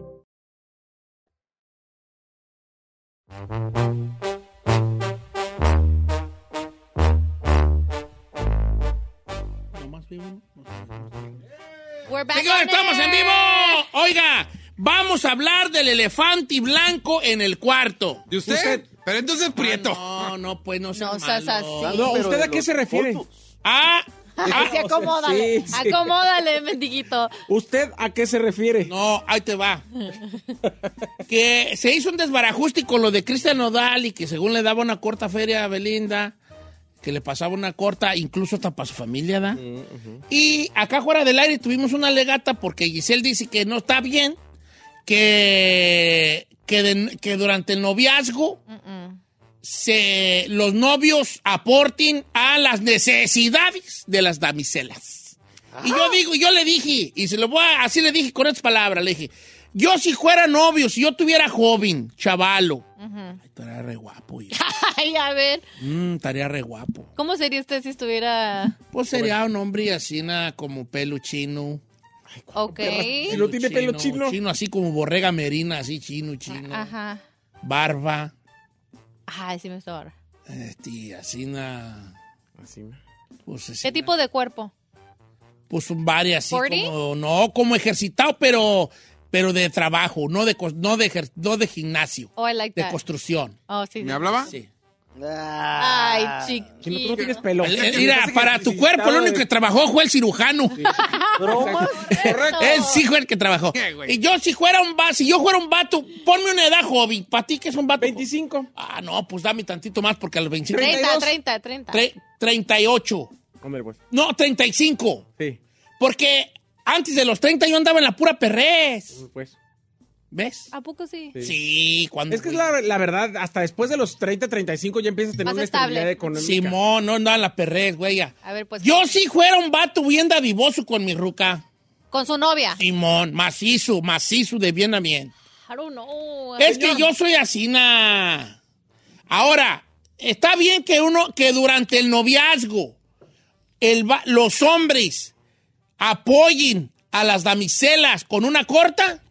[SPEAKER 2] We're back
[SPEAKER 1] Señores,
[SPEAKER 2] on
[SPEAKER 1] estamos
[SPEAKER 2] air.
[SPEAKER 1] en vivo. Oiga, vamos a hablar del elefante blanco en el cuarto. ¿De usted? Pero entonces prieto. no, no, pues no seas
[SPEAKER 2] No seas
[SPEAKER 1] malo.
[SPEAKER 2] así.
[SPEAKER 4] No, ¿Usted a qué se refiere?
[SPEAKER 1] Ah,
[SPEAKER 2] Ay, sí, acomódale.
[SPEAKER 4] Sí, sí.
[SPEAKER 2] Acomódale, mendiguito.
[SPEAKER 4] ¿Usted a qué se refiere?
[SPEAKER 1] No, ahí te va. que se hizo un desbarajuste con lo de Cristian Nodal y que según le daba una corta feria a Belinda, que le pasaba una corta, incluso hasta para su familia, ¿da? Y acá fuera del aire tuvimos una legata porque Giselle dice que no está bien, que, que, de- que durante el noviazgo se, los novios aporten a las necesidades de las damiselas. Y yo digo, yo le dije, y se lo voy a, así le dije con estas palabras, le dije, yo si fuera novio, si yo tuviera joven, chavalo,
[SPEAKER 2] Ujú.
[SPEAKER 1] estaría re guapo, yo.
[SPEAKER 2] Ay, a ver.
[SPEAKER 1] Mm, estaría re guapo.
[SPEAKER 2] ¿Cómo sería usted si estuviera...?
[SPEAKER 1] Pues sería un hombre así, nada, como pelo chino.
[SPEAKER 2] Ok.
[SPEAKER 1] Si
[SPEAKER 4] no tiene pelo chino.
[SPEAKER 1] Chino, así como borrega merina, así chino, chino.
[SPEAKER 2] Ajá.
[SPEAKER 1] Barba,
[SPEAKER 2] Ay, sí me está ahora.
[SPEAKER 1] este, así, nada. Pues, así,
[SPEAKER 2] ¿Qué tipo de cuerpo?
[SPEAKER 1] Pues un bar así
[SPEAKER 2] ¿Forty?
[SPEAKER 1] como, no, como ejercitado, pero, pero de trabajo, no de, cos- no de, ejer- no de gimnasio,
[SPEAKER 2] Oh, I like
[SPEAKER 1] de
[SPEAKER 2] that.
[SPEAKER 1] construcción.
[SPEAKER 2] Oh, sí, sí.
[SPEAKER 1] Sí.
[SPEAKER 2] Ay, chiquito.
[SPEAKER 4] pelo.
[SPEAKER 1] Eh, Mira, para tu cuerpo, lo único que trabajó fue el cirujano. Él sí fue el que trabajó.
[SPEAKER 4] güey?
[SPEAKER 1] Y yo si fuera un vato, si yo fuera un vato, ponme una edad joven. ¿Para ti qué es un vato?
[SPEAKER 4] 25.
[SPEAKER 1] Ah, no, pues dame tantito más porque a los 25.
[SPEAKER 2] 30, 30, 30.
[SPEAKER 1] Tre- 38.
[SPEAKER 4] Hombre, pues.
[SPEAKER 1] No, 35.
[SPEAKER 4] Sí,
[SPEAKER 1] Porque antes de los 30 yo andaba en la pura perrez.
[SPEAKER 4] pues.
[SPEAKER 1] ¿Ves?
[SPEAKER 2] ¿A poco sí?
[SPEAKER 1] Sí, cuando.
[SPEAKER 4] Es que es la, la verdad, hasta después de los 30, 35 ya empiezas a tener
[SPEAKER 2] Más
[SPEAKER 4] una
[SPEAKER 2] estable.
[SPEAKER 4] estabilidad económica.
[SPEAKER 1] Simón, no andaba en la perrez, güey. ya.
[SPEAKER 2] A ver, pues.
[SPEAKER 1] Yo si fuera un vato bien dadivoso con mi ruca.
[SPEAKER 2] Con su novia.
[SPEAKER 1] Simón, macizo, macizo de bien a bien.
[SPEAKER 2] I don't know,
[SPEAKER 1] Es
[SPEAKER 2] señor.
[SPEAKER 1] que yo soy así, na. Ahora, está bien que uno, que durante el noviazgo, el va- los hombres apoyen a las damiselas con una corta.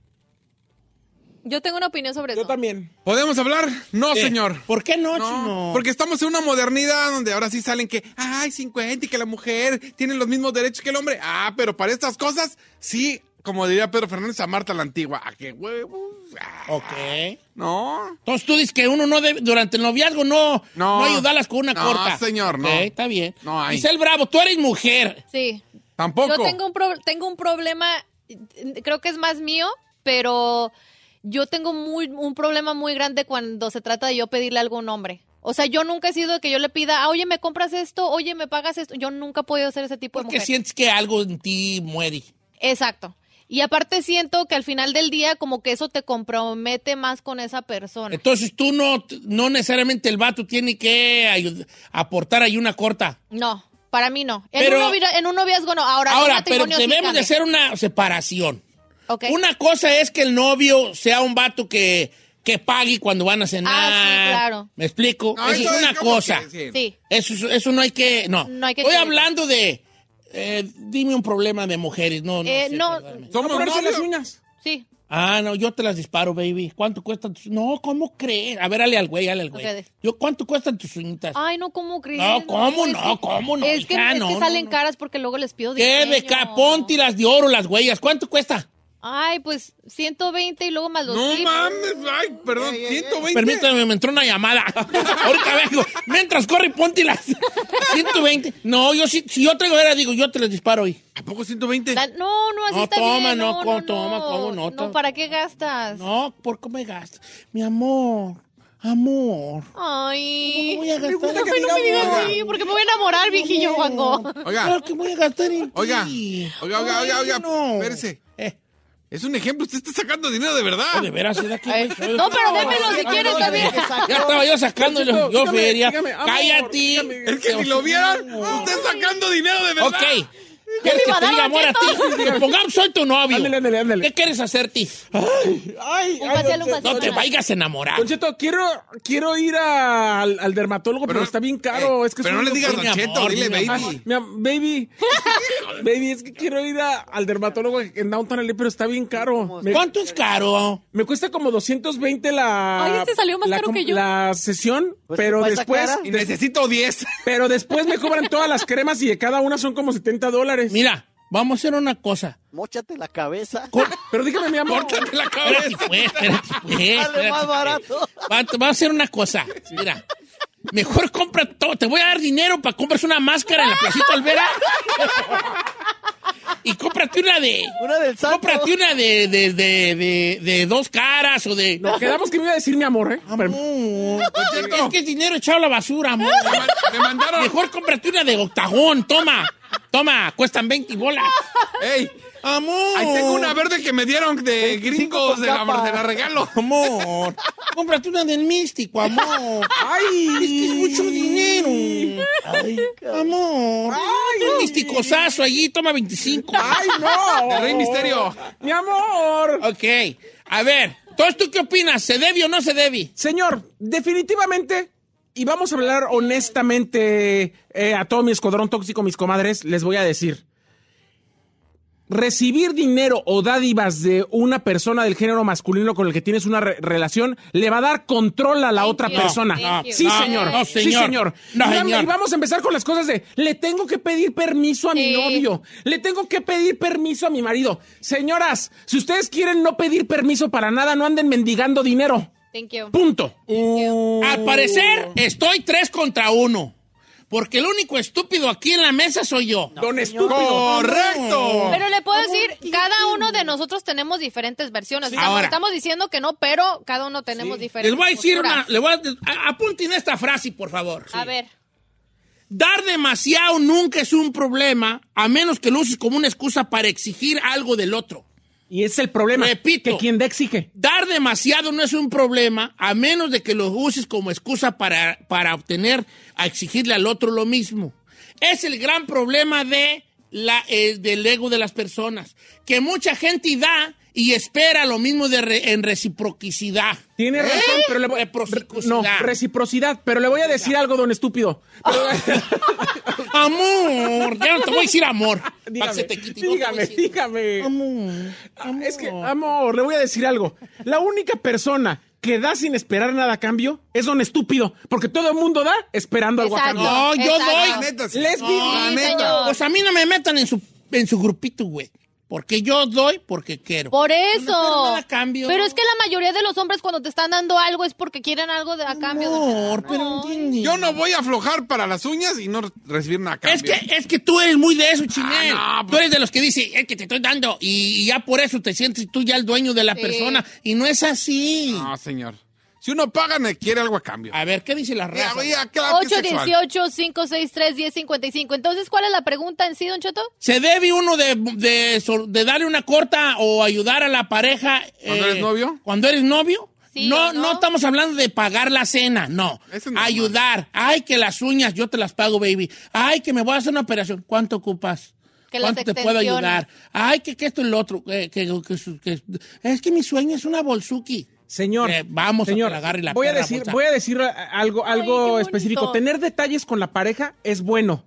[SPEAKER 2] Yo tengo una opinión sobre
[SPEAKER 4] Yo
[SPEAKER 2] eso.
[SPEAKER 4] también.
[SPEAKER 3] ¿Podemos hablar? No,
[SPEAKER 1] Eh,
[SPEAKER 3] señor.
[SPEAKER 1] ¿Por qué no,
[SPEAKER 3] No,
[SPEAKER 1] chino?
[SPEAKER 3] porque estamos en una modernidad donde ahora sí salen que, ay, 50 y que la mujer tiene los mismos derechos que el hombre. Ah, pero para estas cosas sí como diría Pedro Fernández, a Marta la Antigua. ¿A qué huevos? Ah.
[SPEAKER 1] Ok.
[SPEAKER 3] No.
[SPEAKER 1] Entonces tú dices que uno no debe, durante el noviazgo no, no. ayudarlas con una
[SPEAKER 3] No,
[SPEAKER 1] corta.
[SPEAKER 3] señor, no.
[SPEAKER 1] Ok, está bien.
[SPEAKER 3] No hay.
[SPEAKER 1] Giselle Bravo, tú eres mujer.
[SPEAKER 2] Sí.
[SPEAKER 3] Tampoco.
[SPEAKER 2] Yo tengo un, pro- tengo un problema, eh, creo que es más mío, pero yo tengo muy, un problema muy grande cuando se trata de yo pedirle algo a un hombre. O sea, yo nunca he sido de que yo le pida, "Ah, oye, me compras esto, oye, me pagas esto. Yo nunca he podido ser ese tipo de
[SPEAKER 1] Porque
[SPEAKER 2] mujer.
[SPEAKER 1] sientes que algo en ti muere.
[SPEAKER 2] Exacto. Y aparte siento que al final del día como que eso te compromete más con esa persona.
[SPEAKER 1] Entonces tú no, no necesariamente el vato tiene que ayud- aportar ahí una corta.
[SPEAKER 2] No, para mí no. En,
[SPEAKER 1] Pero-
[SPEAKER 2] un, novio- en un noviazgo no. Ahora, en un
[SPEAKER 1] Ahora, pero
[SPEAKER 2] matrimonio sí
[SPEAKER 1] debemos de
[SPEAKER 2] cambia.
[SPEAKER 1] hacer una separación.
[SPEAKER 2] Ok.
[SPEAKER 1] Una cosa es que el novio sea un vato que, que pague cuando van a cenar.
[SPEAKER 2] Ah, sí, claro.
[SPEAKER 1] ¿Me explico?
[SPEAKER 2] No,
[SPEAKER 1] eso
[SPEAKER 2] eso
[SPEAKER 1] es
[SPEAKER 2] es
[SPEAKER 1] una
[SPEAKER 2] como
[SPEAKER 1] cosa.
[SPEAKER 2] que sí. Sí.
[SPEAKER 1] Eso, es- eso no hay que... No,
[SPEAKER 2] No hay que
[SPEAKER 1] estoy
[SPEAKER 2] cambiar.
[SPEAKER 1] hablando de... eh, dime un problema de mujeres. No, no.
[SPEAKER 2] Eh,
[SPEAKER 1] sé,
[SPEAKER 2] no,
[SPEAKER 1] perdóname.
[SPEAKER 4] ¿Somos ponerse las uñas?
[SPEAKER 2] Sí.
[SPEAKER 1] Ah, no, yo te las disparo, baby. ¿Cuánto cuestan tus... No, ¿cómo crees? A ver, dale al güey, dale al güey.
[SPEAKER 2] Ok.
[SPEAKER 1] Yo, ¿cuánto cuestan tus uñitas?
[SPEAKER 2] Ay, no, ¿cómo crees?
[SPEAKER 1] No, ¿cómo
[SPEAKER 2] es
[SPEAKER 1] no?
[SPEAKER 2] que-
[SPEAKER 1] ¿Cómo no,
[SPEAKER 2] Es que,
[SPEAKER 1] hija?
[SPEAKER 2] es
[SPEAKER 1] No,
[SPEAKER 2] que
[SPEAKER 1] no,
[SPEAKER 2] salen
[SPEAKER 1] no.
[SPEAKER 2] caras porque luego les pido
[SPEAKER 1] ¿Qué
[SPEAKER 2] dinero.
[SPEAKER 1] de ca- Ponte las de oro, las huellas. ¿Cuánto cuesta?
[SPEAKER 2] Ay, pues 120 y luego más los
[SPEAKER 3] No
[SPEAKER 2] tips.
[SPEAKER 3] mames, ay, perdón, 120.
[SPEAKER 1] Permítame, me entró una llamada. Ahorita vengo. Mientras corre, ponte las 120. No, yo sí- si yo traigo era, digo, yo te les disparo hoy.
[SPEAKER 3] ¿A poco 120?
[SPEAKER 2] La- no, no, así
[SPEAKER 1] No,
[SPEAKER 2] está
[SPEAKER 1] toma,
[SPEAKER 2] bien.
[SPEAKER 1] no, ¿cómo toma? ¿Cómo no?
[SPEAKER 2] No, ¿para qué gastas?
[SPEAKER 1] No, ¿por qué me gastas? Mi amor, amor.
[SPEAKER 2] Ay.
[SPEAKER 1] voy a gastar?
[SPEAKER 2] Ay, no me digas así, porque me voy a enamorar, viejillo guango.
[SPEAKER 3] Oiga.
[SPEAKER 1] Claro que voy a gastar en ti.
[SPEAKER 3] Oiga, oiga, oiga, oiga, oiga,
[SPEAKER 1] No.
[SPEAKER 3] espérese.
[SPEAKER 1] Eh.
[SPEAKER 3] Es un ejemplo, usted está sacando dinero de verdad.
[SPEAKER 1] De veras, ¿eh? ¿De aquí, güey?
[SPEAKER 2] No, pero démelo si quieres también.
[SPEAKER 1] Ya estaba yo sacando yo, yo
[SPEAKER 4] Dígame,
[SPEAKER 1] feria.
[SPEAKER 4] dígame, amor,
[SPEAKER 1] Cállate.
[SPEAKER 3] Es que ni lo vieran, usted sacando dinero de verdad.
[SPEAKER 1] Ok. ¿Quieres que
[SPEAKER 2] iba a
[SPEAKER 1] te
[SPEAKER 2] dar
[SPEAKER 1] diga amor a
[SPEAKER 2] boletos.
[SPEAKER 1] ti? Que pongamos, soy tu novio.
[SPEAKER 4] Ándale, ándale, ándale.
[SPEAKER 1] ¿Qué quieres hacer, ti?
[SPEAKER 4] Ay, ay,
[SPEAKER 2] Un paseo,
[SPEAKER 4] don
[SPEAKER 2] un
[SPEAKER 4] Cheto.
[SPEAKER 2] paseo.
[SPEAKER 1] No te vayas a enamorar.
[SPEAKER 4] Don Cheto, quiero, quiero ir a- al, al dermatólogo, pero,
[SPEAKER 3] Pero-
[SPEAKER 4] está bien caro.
[SPEAKER 3] eh,
[SPEAKER 4] es que soy
[SPEAKER 3] pero no le
[SPEAKER 4] un
[SPEAKER 3] digas
[SPEAKER 4] doctor.
[SPEAKER 3] Don
[SPEAKER 1] mi
[SPEAKER 3] Cheto,
[SPEAKER 1] amor,
[SPEAKER 3] dile
[SPEAKER 1] mi
[SPEAKER 3] baby.
[SPEAKER 1] amor.
[SPEAKER 4] Mi am- baby, baby, es que quiero ir a- al dermatólogo en Downtown LA, pero está bien caro. Me,
[SPEAKER 1] ¿Cuánto es caro?
[SPEAKER 4] me cuesta como 220 la...
[SPEAKER 2] Ay, este salió más
[SPEAKER 4] la
[SPEAKER 2] caro
[SPEAKER 4] com-
[SPEAKER 2] que yo. Pues,
[SPEAKER 4] La sesión, pero
[SPEAKER 10] ¿cuál es la
[SPEAKER 4] después...
[SPEAKER 10] cara?
[SPEAKER 3] Y
[SPEAKER 4] des-
[SPEAKER 3] necesito 10.
[SPEAKER 4] pero después me cobran todas las cremas y de cada una son como 70 dólares.
[SPEAKER 1] Mira, vamos a hacer una cosa.
[SPEAKER 10] Móchate la cabeza.
[SPEAKER 4] Pero dígame, mi amor.
[SPEAKER 3] Córtate la
[SPEAKER 1] Espérate,
[SPEAKER 3] cabeza.
[SPEAKER 1] pues, espérate, pues, espérate,
[SPEAKER 10] Dale más
[SPEAKER 1] pues.
[SPEAKER 10] barato.
[SPEAKER 1] Va- te- va a hacer una cosa. Mira. Mejor compra todo. Te voy a dar dinero para compras una máscara en la Placita Olvera. Y cómprate una de.
[SPEAKER 10] Una del santo.
[SPEAKER 1] Cómprate una de, de, de, de, de dos caras o de.
[SPEAKER 4] Nos quedamos que me iba a decir mi amor, ¿eh?
[SPEAKER 1] Amor, es que es dinero echado a la basura, amor.
[SPEAKER 3] Me mandaron.
[SPEAKER 1] Mejor cómprate una de octagón. Toma. Toma. Cuestan 20 bolas.
[SPEAKER 3] Ey,
[SPEAKER 1] Amor.
[SPEAKER 3] ahí tengo una verde que me dieron de gringos
[SPEAKER 10] con
[SPEAKER 3] de la,
[SPEAKER 10] capa.
[SPEAKER 3] de la regalo.
[SPEAKER 1] Amor, cómprate una del místico, amor. Es que es mucho dinero. Ay, amor. Un místicosazo allí, toma 25.
[SPEAKER 4] ¡Ay, no!
[SPEAKER 3] De Rey Misterio.
[SPEAKER 4] ¡Mi amor!
[SPEAKER 1] Ok, a ver, ¿entonces tú qué opinas? ¿Se debe o no se debe?
[SPEAKER 4] Señor, definitivamente, y vamos a hablar honestamente eh, a todo mi escuadrón tóxico, mis comadres, les voy a decir. Recibir dinero o dádivas de una persona del género masculino con el que tienes una re- relación le va a dar control a la
[SPEAKER 2] Thank
[SPEAKER 4] otra
[SPEAKER 2] you.
[SPEAKER 4] persona.
[SPEAKER 2] Thank you.
[SPEAKER 4] sí,
[SPEAKER 2] No,
[SPEAKER 4] señor.
[SPEAKER 1] no,
[SPEAKER 4] Sí,
[SPEAKER 1] señor.
[SPEAKER 4] señor.
[SPEAKER 1] No,
[SPEAKER 4] Y vam-
[SPEAKER 1] señor.
[SPEAKER 4] Y vamos a empezar con las cosas de, le tengo que pedir permiso a mi
[SPEAKER 2] Sí.
[SPEAKER 4] novio, le tengo que pedir permiso a mi marido. Señoras, si ustedes quieren no pedir permiso para nada, no anden mendigando dinero.
[SPEAKER 2] Thank you.
[SPEAKER 4] Punto. Uh,
[SPEAKER 1] Al parecer, estoy tres contra uno. Porque el único estúpido aquí en la mesa soy yo.
[SPEAKER 4] Don estúpido.
[SPEAKER 3] Correcto.
[SPEAKER 2] Pero le puedo decir, cada uno de nosotros tenemos diferentes versiones. Estamos,
[SPEAKER 1] Ahora.
[SPEAKER 2] estamos diciendo que no, pero cada uno tenemos diferentes
[SPEAKER 1] Les voy a decir una,
[SPEAKER 2] posturas.
[SPEAKER 1] le voy a, a- apunten esta frase, por favor.
[SPEAKER 2] A ver.
[SPEAKER 1] Dar demasiado nunca es un problema, a menos que lo uses como una excusa para exigir algo del otro.
[SPEAKER 4] Y ese es el problema.
[SPEAKER 1] Repito.
[SPEAKER 4] Que quien da exige.
[SPEAKER 1] Dar demasiado no es un problema, a menos de que lo uses como excusa para, para obtener, a exigirle al otro lo mismo. Es el gran problema de la, eh, del ego de las personas, que mucha gente da y espera lo mismo de re- en reciprocidad. ¿Eh?
[SPEAKER 4] Tiene razón, pero le voy
[SPEAKER 1] Reciprocidad.
[SPEAKER 4] No, reciprocidad, pero le voy a decir algo, don estúpido.
[SPEAKER 1] Amor, ya no te voy a decir amor. para que
[SPEAKER 4] dígame,
[SPEAKER 1] se te quite, no te voy a
[SPEAKER 4] dígame,
[SPEAKER 1] decir.
[SPEAKER 4] dígame. Ah,
[SPEAKER 1] Amor, amor.
[SPEAKER 4] Es que, amor, le voy a decir algo. La única persona que da sin esperar nada a cambio es don estúpido, porque todo el mundo da esperando algo a
[SPEAKER 2] Exacto.
[SPEAKER 4] cambio.
[SPEAKER 1] No, yo
[SPEAKER 2] Exacto.
[SPEAKER 1] doy.
[SPEAKER 3] La neta, sí.
[SPEAKER 4] Les
[SPEAKER 1] No,
[SPEAKER 2] Sí,
[SPEAKER 1] la neta.
[SPEAKER 2] señor.
[SPEAKER 1] Pues a mí no me metan en su, en su grupito, güey. Porque yo doy porque quiero.
[SPEAKER 2] Por eso.
[SPEAKER 1] pero
[SPEAKER 2] Pero,
[SPEAKER 1] nada a cambio.
[SPEAKER 2] es que la mayoría de los hombres cuando te están dando algo es porque quieren algo de, a cambio.
[SPEAKER 1] Amor, pero entiende.
[SPEAKER 3] Yo no voy a aflojar para las uñas y no recibir nada a cambio.
[SPEAKER 1] Es que, es que tú eres muy de eso,
[SPEAKER 3] Ah,
[SPEAKER 1] Chinel. Tú
[SPEAKER 3] pues.
[SPEAKER 1] eres de los que dice, es que te estoy dando. Y, y ya por eso te sientes tú ya el dueño de la
[SPEAKER 3] Sí.
[SPEAKER 1] persona. Y no es así.
[SPEAKER 3] No, señor. Si uno paga, me quiere algo a cambio.
[SPEAKER 1] A ver, ¿qué dice la raza?
[SPEAKER 3] Ya, ya, claro que es sexual.
[SPEAKER 2] 818-563-1055. Entonces, ¿cuál es la pregunta en sí, Don Cheto?
[SPEAKER 1] ¿Se debe uno de, de so- de darle una corta o ayudar a la pareja? ¿Cuando
[SPEAKER 3] eres novio?
[SPEAKER 1] ¿Cuando eres novio?
[SPEAKER 2] Sí,
[SPEAKER 1] no,
[SPEAKER 2] ¿no?
[SPEAKER 1] no, estamos hablando de pagar la cena, no. Ayudar. Ay, que las uñas, yo te las pago, baby. Ay, que me voy a hacer una operación. ¿Cuánto ocupas?
[SPEAKER 2] Que las
[SPEAKER 1] ¿Cuánto te puedo
[SPEAKER 2] extensiones.
[SPEAKER 1] ayudar? Ay, que, que esto y lo otro. eh, que, que su- que- es que mi sueño es una bolsuki. Eh,
[SPEAKER 4] Señor,
[SPEAKER 1] vamos a
[SPEAKER 4] señor,
[SPEAKER 1] que la agarre la
[SPEAKER 4] voy a
[SPEAKER 1] perra
[SPEAKER 4] decir,
[SPEAKER 1] bolsa.
[SPEAKER 4] voy a decir a- algo, algo específico. Tener detalles con la pareja es bueno.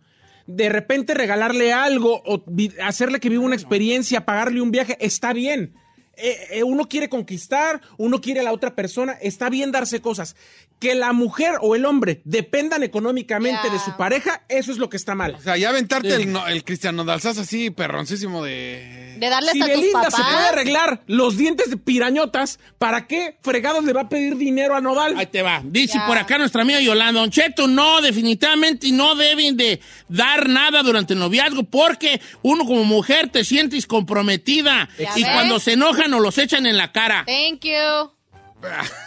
[SPEAKER 4] De repente regalarle algo o vi- hacerle que viva una experiencia, pagarle un viaje, está bien. Eh, eh, uno quiere conquistar, uno quiere a la otra persona, está bien darse cosas. Que la mujer o el hombre dependan económicamente de su pareja, eso es lo que está mal.
[SPEAKER 3] O sea, ya aventarte el, no- el Cristiano Dalsaz así, perroncísimo de...
[SPEAKER 2] De
[SPEAKER 4] Eh,
[SPEAKER 2] darles
[SPEAKER 4] si
[SPEAKER 2] a tus
[SPEAKER 4] Belinda se
[SPEAKER 2] papás.
[SPEAKER 4] puede arreglar los dientes de pirañotas, ¿para qué fregados le va a pedir dinero a Nodal?
[SPEAKER 1] Ahí te va. Dice por acá nuestra amiga Yolanda, Don Cheto, no, definitivamente no deben de dar nada durante el noviazgo porque uno como mujer te sientes comprometida
[SPEAKER 2] Ya
[SPEAKER 1] y
[SPEAKER 2] ves.
[SPEAKER 1] cuando se enojan o los echan en la cara.
[SPEAKER 2] Thank you.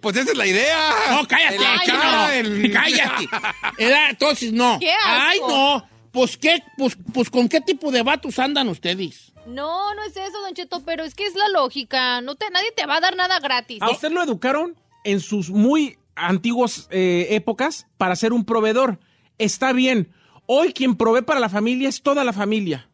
[SPEAKER 3] Pues esa es la idea.
[SPEAKER 1] No, cállate,
[SPEAKER 3] En la
[SPEAKER 1] cállate.
[SPEAKER 3] cara, en-
[SPEAKER 1] cállate. Era- entonces, no.
[SPEAKER 2] Qué asco.
[SPEAKER 1] Ay, no. Pues, ¿qué, pues, pues, ¿con qué tipo de vatos andan ustedes?
[SPEAKER 2] No, no es eso, Don Cheto, pero es que es la lógica. No te, nadie te va a dar nada gratis.
[SPEAKER 4] A usted lo educaron en sus muy antiguas eh, épocas para ser un proveedor. Está bien. Hoy quien provee para la familia es toda la familia.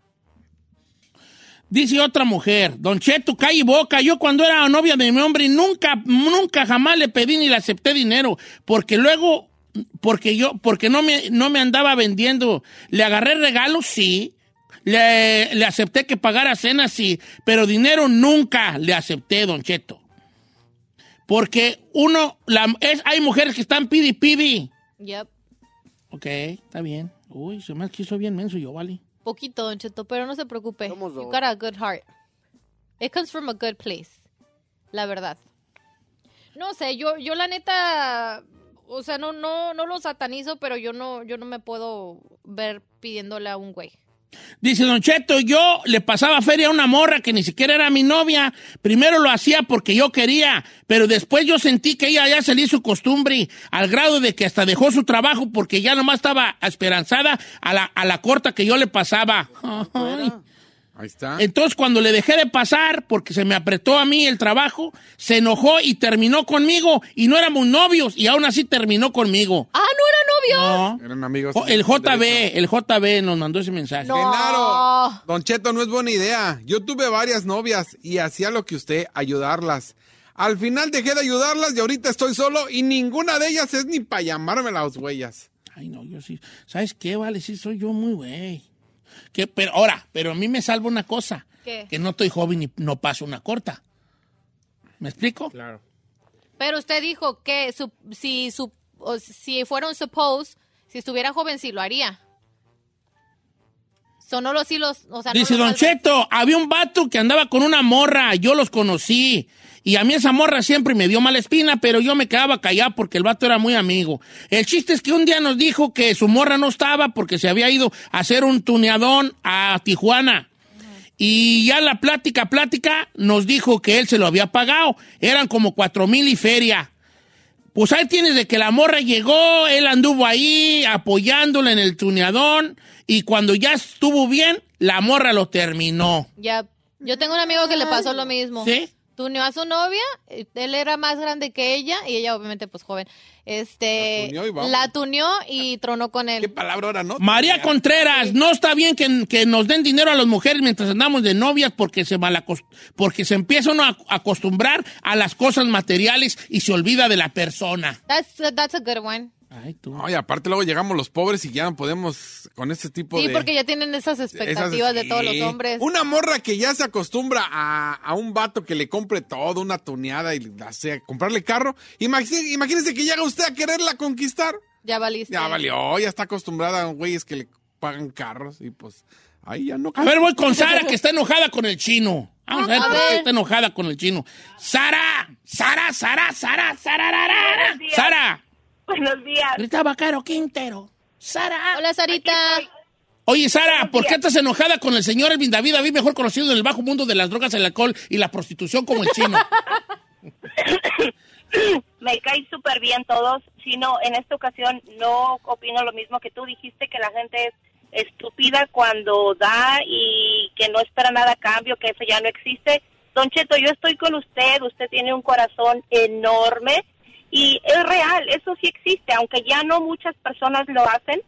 [SPEAKER 1] Dice otra mujer, Don Cheto, cae boca. Yo cuando era novia de mi hombre nunca, nunca jamás le pedí ni le acepté dinero, porque luego, porque yo, porque no me, no me andaba vendiendo. Le agarré regalos, sí. Le, le acepté que pagara cena, sí. Pero dinero nunca le acepté, Don Cheto. Porque uno, la- es, hay mujeres que están pidi pidi.
[SPEAKER 2] Yep.
[SPEAKER 1] Ok, está bien. Uy, se me quiso bien menso yo, vale.
[SPEAKER 2] Poquito, Don Cheto, pero no se preocupe. You got a good heart. It comes from a good place. La verdad. No sé, yo, yo la neta, o sea, no, no, no lo satanizo, pero yo no, yo no me puedo ver pidiéndole a un güey.
[SPEAKER 1] Dice Don Cheto, yo le pasaba feria a una morra que ni siquiera era mi novia. Primero lo hacía porque yo quería, pero después yo sentí que ella ya se le hizo costumbre, al grado de que hasta dejó su trabajo porque ya nomás estaba esperanzada a la, a la corta que yo le pasaba. Ay.
[SPEAKER 3] Ahí está.
[SPEAKER 1] Entonces, cuando le dejé de pasar, porque se me apretó a mí el trabajo, se enojó y terminó conmigo. Y no éramos novios, y aún así terminó conmigo.
[SPEAKER 2] ¡Ah, no era novio!
[SPEAKER 1] No.
[SPEAKER 3] Eran amigos.
[SPEAKER 1] Jo- El JB, el JB nos mandó ese mensaje.
[SPEAKER 3] Genaro, Don Cheto, no es buena idea. Yo tuve varias novias y hacía lo que usted, ayudarlas. Al final dejé de ayudarlas y ahorita estoy solo y ninguna de ellas es ni para llamarme las huellas.
[SPEAKER 1] Ay, no, yo sí. ¿Sabes qué, vale? Sí, soy yo muy güey. Que, pero ahora, pero a mí me salva una cosa.
[SPEAKER 2] ¿Qué?
[SPEAKER 1] Que no estoy joven y no paso una corta. ¿Me explico? Claro.
[SPEAKER 2] Pero usted dijo que su- si, su, o si fuera un suppose, si estuviera joven, sí lo haría. Sonó los hilos, o sea, no
[SPEAKER 1] Dice
[SPEAKER 2] lo
[SPEAKER 1] Don
[SPEAKER 2] salgo.
[SPEAKER 1] Cheto, había un vato que andaba con una morra, yo los conocí. Y a mí esa morra siempre me dio mala espina, pero yo me quedaba callado porque el vato era muy amigo. El chiste es que un día nos dijo que su morra no estaba porque se había ido a hacer un tuneadón a Tijuana. Y ya la plática, plática, nos dijo que él se lo había pagado. Eran como cuatro mil y feria. Pues ahí tienes de que la morra llegó, él anduvo ahí apoyándola en el tuneadón y cuando ya estuvo bien, la morra lo terminó.
[SPEAKER 2] Ya, yo tengo un amigo que le pasó lo mismo.
[SPEAKER 1] ¿Sí?
[SPEAKER 2] Tuneó a su novia, eh, él era más grande que ella y ella obviamente pues joven. Este,
[SPEAKER 1] La tuneó y vamos.
[SPEAKER 2] la tuneó y tronó con él.
[SPEAKER 3] Palabra ahora, ¿no?
[SPEAKER 1] María Contreras, no está bien que, que nos den dinero a las mujeres mientras andamos de novias porque se, malacos- porque se empieza uno a acostumbrar a las cosas materiales y se olvida de la persona.
[SPEAKER 2] That's, that's a good one.
[SPEAKER 3] Ay, aparte luego llegamos los pobres y ya no podemos con este tipo
[SPEAKER 2] Sí,
[SPEAKER 3] de...
[SPEAKER 2] porque ya tienen esas expectativas de todos los
[SPEAKER 3] sí.
[SPEAKER 2] hombres.
[SPEAKER 3] Una morra que ya se acostumbra a, a un vato que le compre todo, una tuneada y la sea, comprarle carro. Imagínense, imagínense que llega usted a quererla conquistar.
[SPEAKER 2] Ya valiste.
[SPEAKER 3] Ya valió, ya está acostumbrada a güeyes que le pagan carros y pues Ahí ya no.
[SPEAKER 1] A ver, voy con Sara, que está enojada con el chino. Vamos a ver,
[SPEAKER 3] A
[SPEAKER 1] por qué
[SPEAKER 3] ver.
[SPEAKER 1] está enojada con el chino. Sara, Sara, Sara, Sara, Sara, Sara, Sara.
[SPEAKER 9] Buenos días.
[SPEAKER 1] Ahorita Vaquero Quintero. Sara.
[SPEAKER 2] Hola, Sarita.
[SPEAKER 1] Oye, Sara, ¿por qué estás enojada con el señor Elvin David, David, mejor conocido en el bajo mundo de las drogas, el alcohol y la prostitución como el chino?
[SPEAKER 10] Me cae súper bien todos. Sino, en esta ocasión no opino lo mismo que tú. Dijiste que la gente es estúpida cuando da y que no espera nada a cambio, que eso ya no existe. Don Cheto, yo estoy con usted. Usted tiene un corazón enorme y es real. Eso sí existe, aunque ya no muchas personas lo hacen.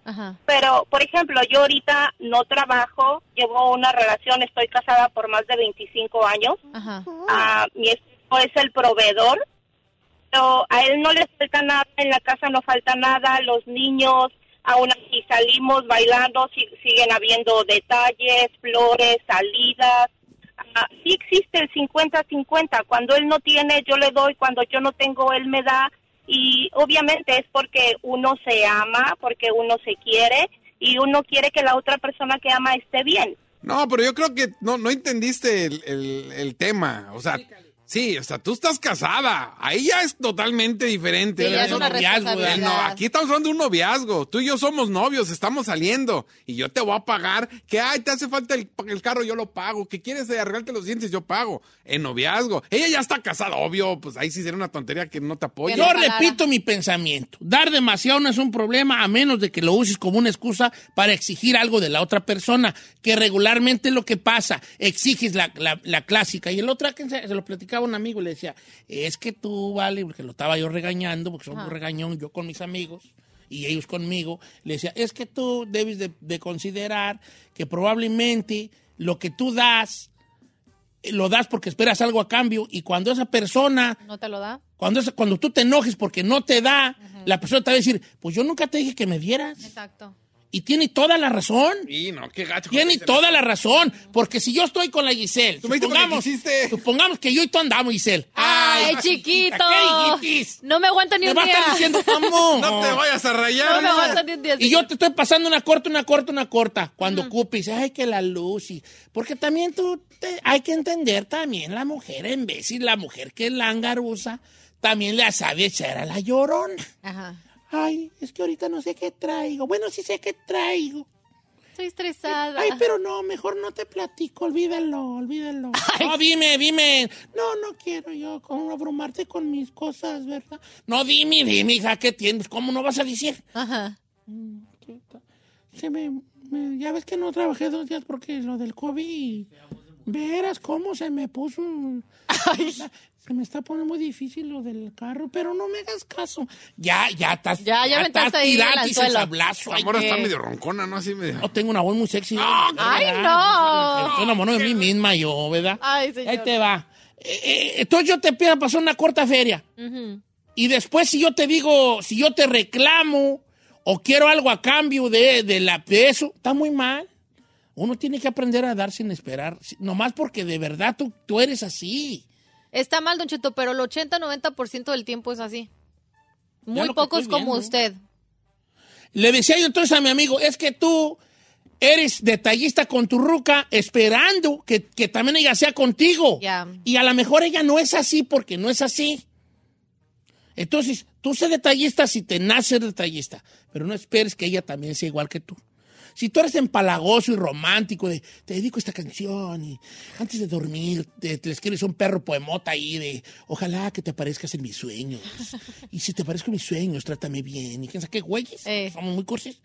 [SPEAKER 10] Pero, por ejemplo, yo ahorita no trabajo, llevo una relación, estoy casada por más de 25 años.
[SPEAKER 2] Ajá.
[SPEAKER 10] Ah, mi esposo es el proveedor. Pero a él no le falta nada, en la casa no falta nada, los niños, aún así salimos bailando, si- siguen habiendo detalles, flores, salidas. Ah, sí existe el 50-50. Cuando él no tiene, yo le doy. Cuando yo no tengo, él me da. Y obviamente es porque uno se ama, porque uno se quiere y uno quiere que la otra persona que ama esté bien.
[SPEAKER 3] No, pero yo creo que no, no entendiste el, el- el tema. O sea, sí, o sea, tú estás casada. Ahí ya es totalmente diferente.
[SPEAKER 1] Sí, ya es una
[SPEAKER 3] Noviazgo,
[SPEAKER 1] responsabilidad.
[SPEAKER 3] no, aquí estamos hablando de un noviazgo. Tú y yo somos novios, estamos saliendo. Y yo te voy a pagar. Que, ay, te hace falta el, el carro, yo lo pago. Que quieres eh, arreglarte los dientes, yo pago. En noviazgo. Ella ya está casada, obvio. Pues ahí sí sería una tontería que no te apoye.
[SPEAKER 1] Yo repito mi pensamiento. Dar demasiado no es un problema a menos de que lo uses como una excusa para exigir algo de la otra persona, que regularmente es lo que pasa. Exiges la, la- la clásica. Y el otro, ah, que se, se lo platicaba a un amigo y le decía, es que tú, vale, porque lo estaba yo regañando, porque soy
[SPEAKER 11] Ajá.
[SPEAKER 3] Ah.
[SPEAKER 1] muy regañón, yo con mis amigos y ellos conmigo, le decía, es que tú debes de, de considerar que probablemente lo que tú das, eh, lo das porque esperas algo a cambio y cuando esa persona
[SPEAKER 2] ¿No te lo da?
[SPEAKER 1] cuando, es- cuando tú te enojes porque no te da, la persona te va a decir, pues yo nunca te dije que me dieras.
[SPEAKER 2] Exacto.
[SPEAKER 1] Y tiene toda la razón.
[SPEAKER 3] Y no, qué gacho.
[SPEAKER 1] Tiene toda la razón. Porque si yo estoy con la Giselle, supongamos, supongamos que yo y tú andamos, Giselle.
[SPEAKER 2] ¡Ay, chiquito! No me aguanto Ah, ni
[SPEAKER 1] Te
[SPEAKER 2] un
[SPEAKER 1] va a
[SPEAKER 2] día.
[SPEAKER 1] estar diciendo cómo.
[SPEAKER 3] No te vayas a rayar,
[SPEAKER 2] No me ¿no? aguanto ni un día,
[SPEAKER 1] Y yo te estoy pasando una corta, una corta, una corta. Cuando ocupes, ay, que la luz. y- Porque también tú, te- hay que entender también la mujer en vez y la mujer que es langarusa, también la sabe echar a la llorona.
[SPEAKER 2] Ajá.
[SPEAKER 1] Ay, es que ahorita no sé qué traigo. Bueno, sí sé qué traigo.
[SPEAKER 2] Estoy estresada.
[SPEAKER 1] Ay, pero no, mejor no te platico, olvídalo, olvídalo. No, dime, dime. No, no quiero yo como abrumarte con mis cosas, ¿verdad? No, dime, dime, hija, ¿qué tienes? ¿Cómo no vas a decir?
[SPEAKER 2] Ajá.
[SPEAKER 1] Mm, Se me, me- ya ves que no trabajé dos días porque lo del COVID. y Verás cómo se me puso. Se me está poniendo muy difícil lo del carro, pero no me hagas caso. Ya, ya estás.
[SPEAKER 2] Ya, ya aventaste ahí el anzuelo.
[SPEAKER 3] La morra está medio roncona, ¿no? Así medio.
[SPEAKER 1] No, tengo una voz muy sexy.
[SPEAKER 2] ¡Ay,
[SPEAKER 1] ¿verdad?
[SPEAKER 2] no!
[SPEAKER 1] Estoy enamorado de mí misma yo, ¿verdad?
[SPEAKER 2] Oh. Ay, señor.
[SPEAKER 1] Ahí te va. Eh, eh, entonces yo te pido para pasar una corta feria.
[SPEAKER 2] Ujú.
[SPEAKER 1] Y después si yo te digo, si yo te reclamo o quiero algo a cambio de, de la, de eso, está muy mal. Uno tiene que aprender a dar sin esperar. si- Nomás porque de verdad tú, tú eres así.
[SPEAKER 2] Está mal, Don Cheto, pero el 80-90% del tiempo es así. Muy
[SPEAKER 1] lo que
[SPEAKER 2] pocos
[SPEAKER 1] estoy
[SPEAKER 2] como
[SPEAKER 1] viendo.
[SPEAKER 2] usted.
[SPEAKER 1] Le decía yo entonces a mi amigo, es que tú eres detallista con tu ruca esperando que, que también ella sea contigo.
[SPEAKER 2] Ya.
[SPEAKER 1] Y a lo mejor ella no es así porque no es así. Entonces, tú sé detallista si te nace ser detallista, pero no esperes que ella también sea igual que tú. Si tú eres empalagoso y romántico, de, te dedico esta canción y antes de dormir te, te le escribes un perro poemota ahí de ojalá que te aparezcas en mis sueños. y si te aparezco en mis sueños, trátame bien. Y quién sabe qué güeyes, somos muy cursis.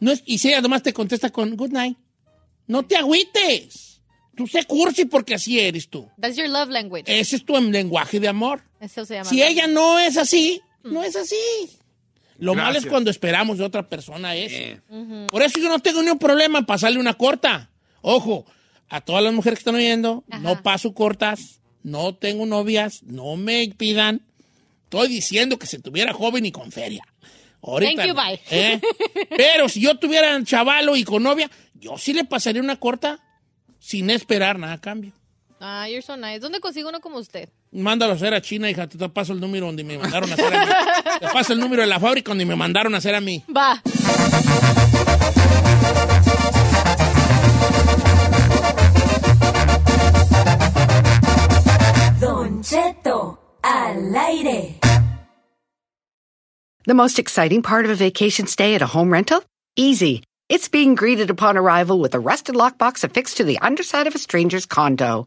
[SPEAKER 1] No es- y si ella nomás te contesta con good night, no te agüites. Tú sé cursi porque así eres tú.
[SPEAKER 2] That's your love language.
[SPEAKER 1] Ese es tu em- lenguaje de amor.
[SPEAKER 2] Eso se llama. Mm.
[SPEAKER 1] Si ella no es así, no es así. Lo malo es
[SPEAKER 2] Gracias.
[SPEAKER 1] cuando esperamos de otra persona eso. Por eso yo no tengo ningún problema en pasarle una corta. Ojo, a todas las mujeres que están oyendo, no paso cortas, no tengo novias, no me pidan. Estoy diciendo que se tuviera joven y con feria. Ahorita
[SPEAKER 2] Thank you,
[SPEAKER 1] no,
[SPEAKER 2] bye.
[SPEAKER 1] ¿eh? Pero si yo tuviera chavalo y con novia, yo sí le pasaría una corta sin esperar nada a cambio.
[SPEAKER 2] Ah, you're so nice. ¿Dónde consigo uno como usted?
[SPEAKER 1] Mándalo a hacer a China, hija. Te te paso el número donde me mandaron a hacer a mí. Te paso el número de la fábrica donde me mandaron a hacer a mí.
[SPEAKER 2] Va.
[SPEAKER 12] The most exciting part of a vacation stay at a home rental? Easy. It's being greeted upon arrival with a rusted lockbox affixed to the underside of a stranger's condo.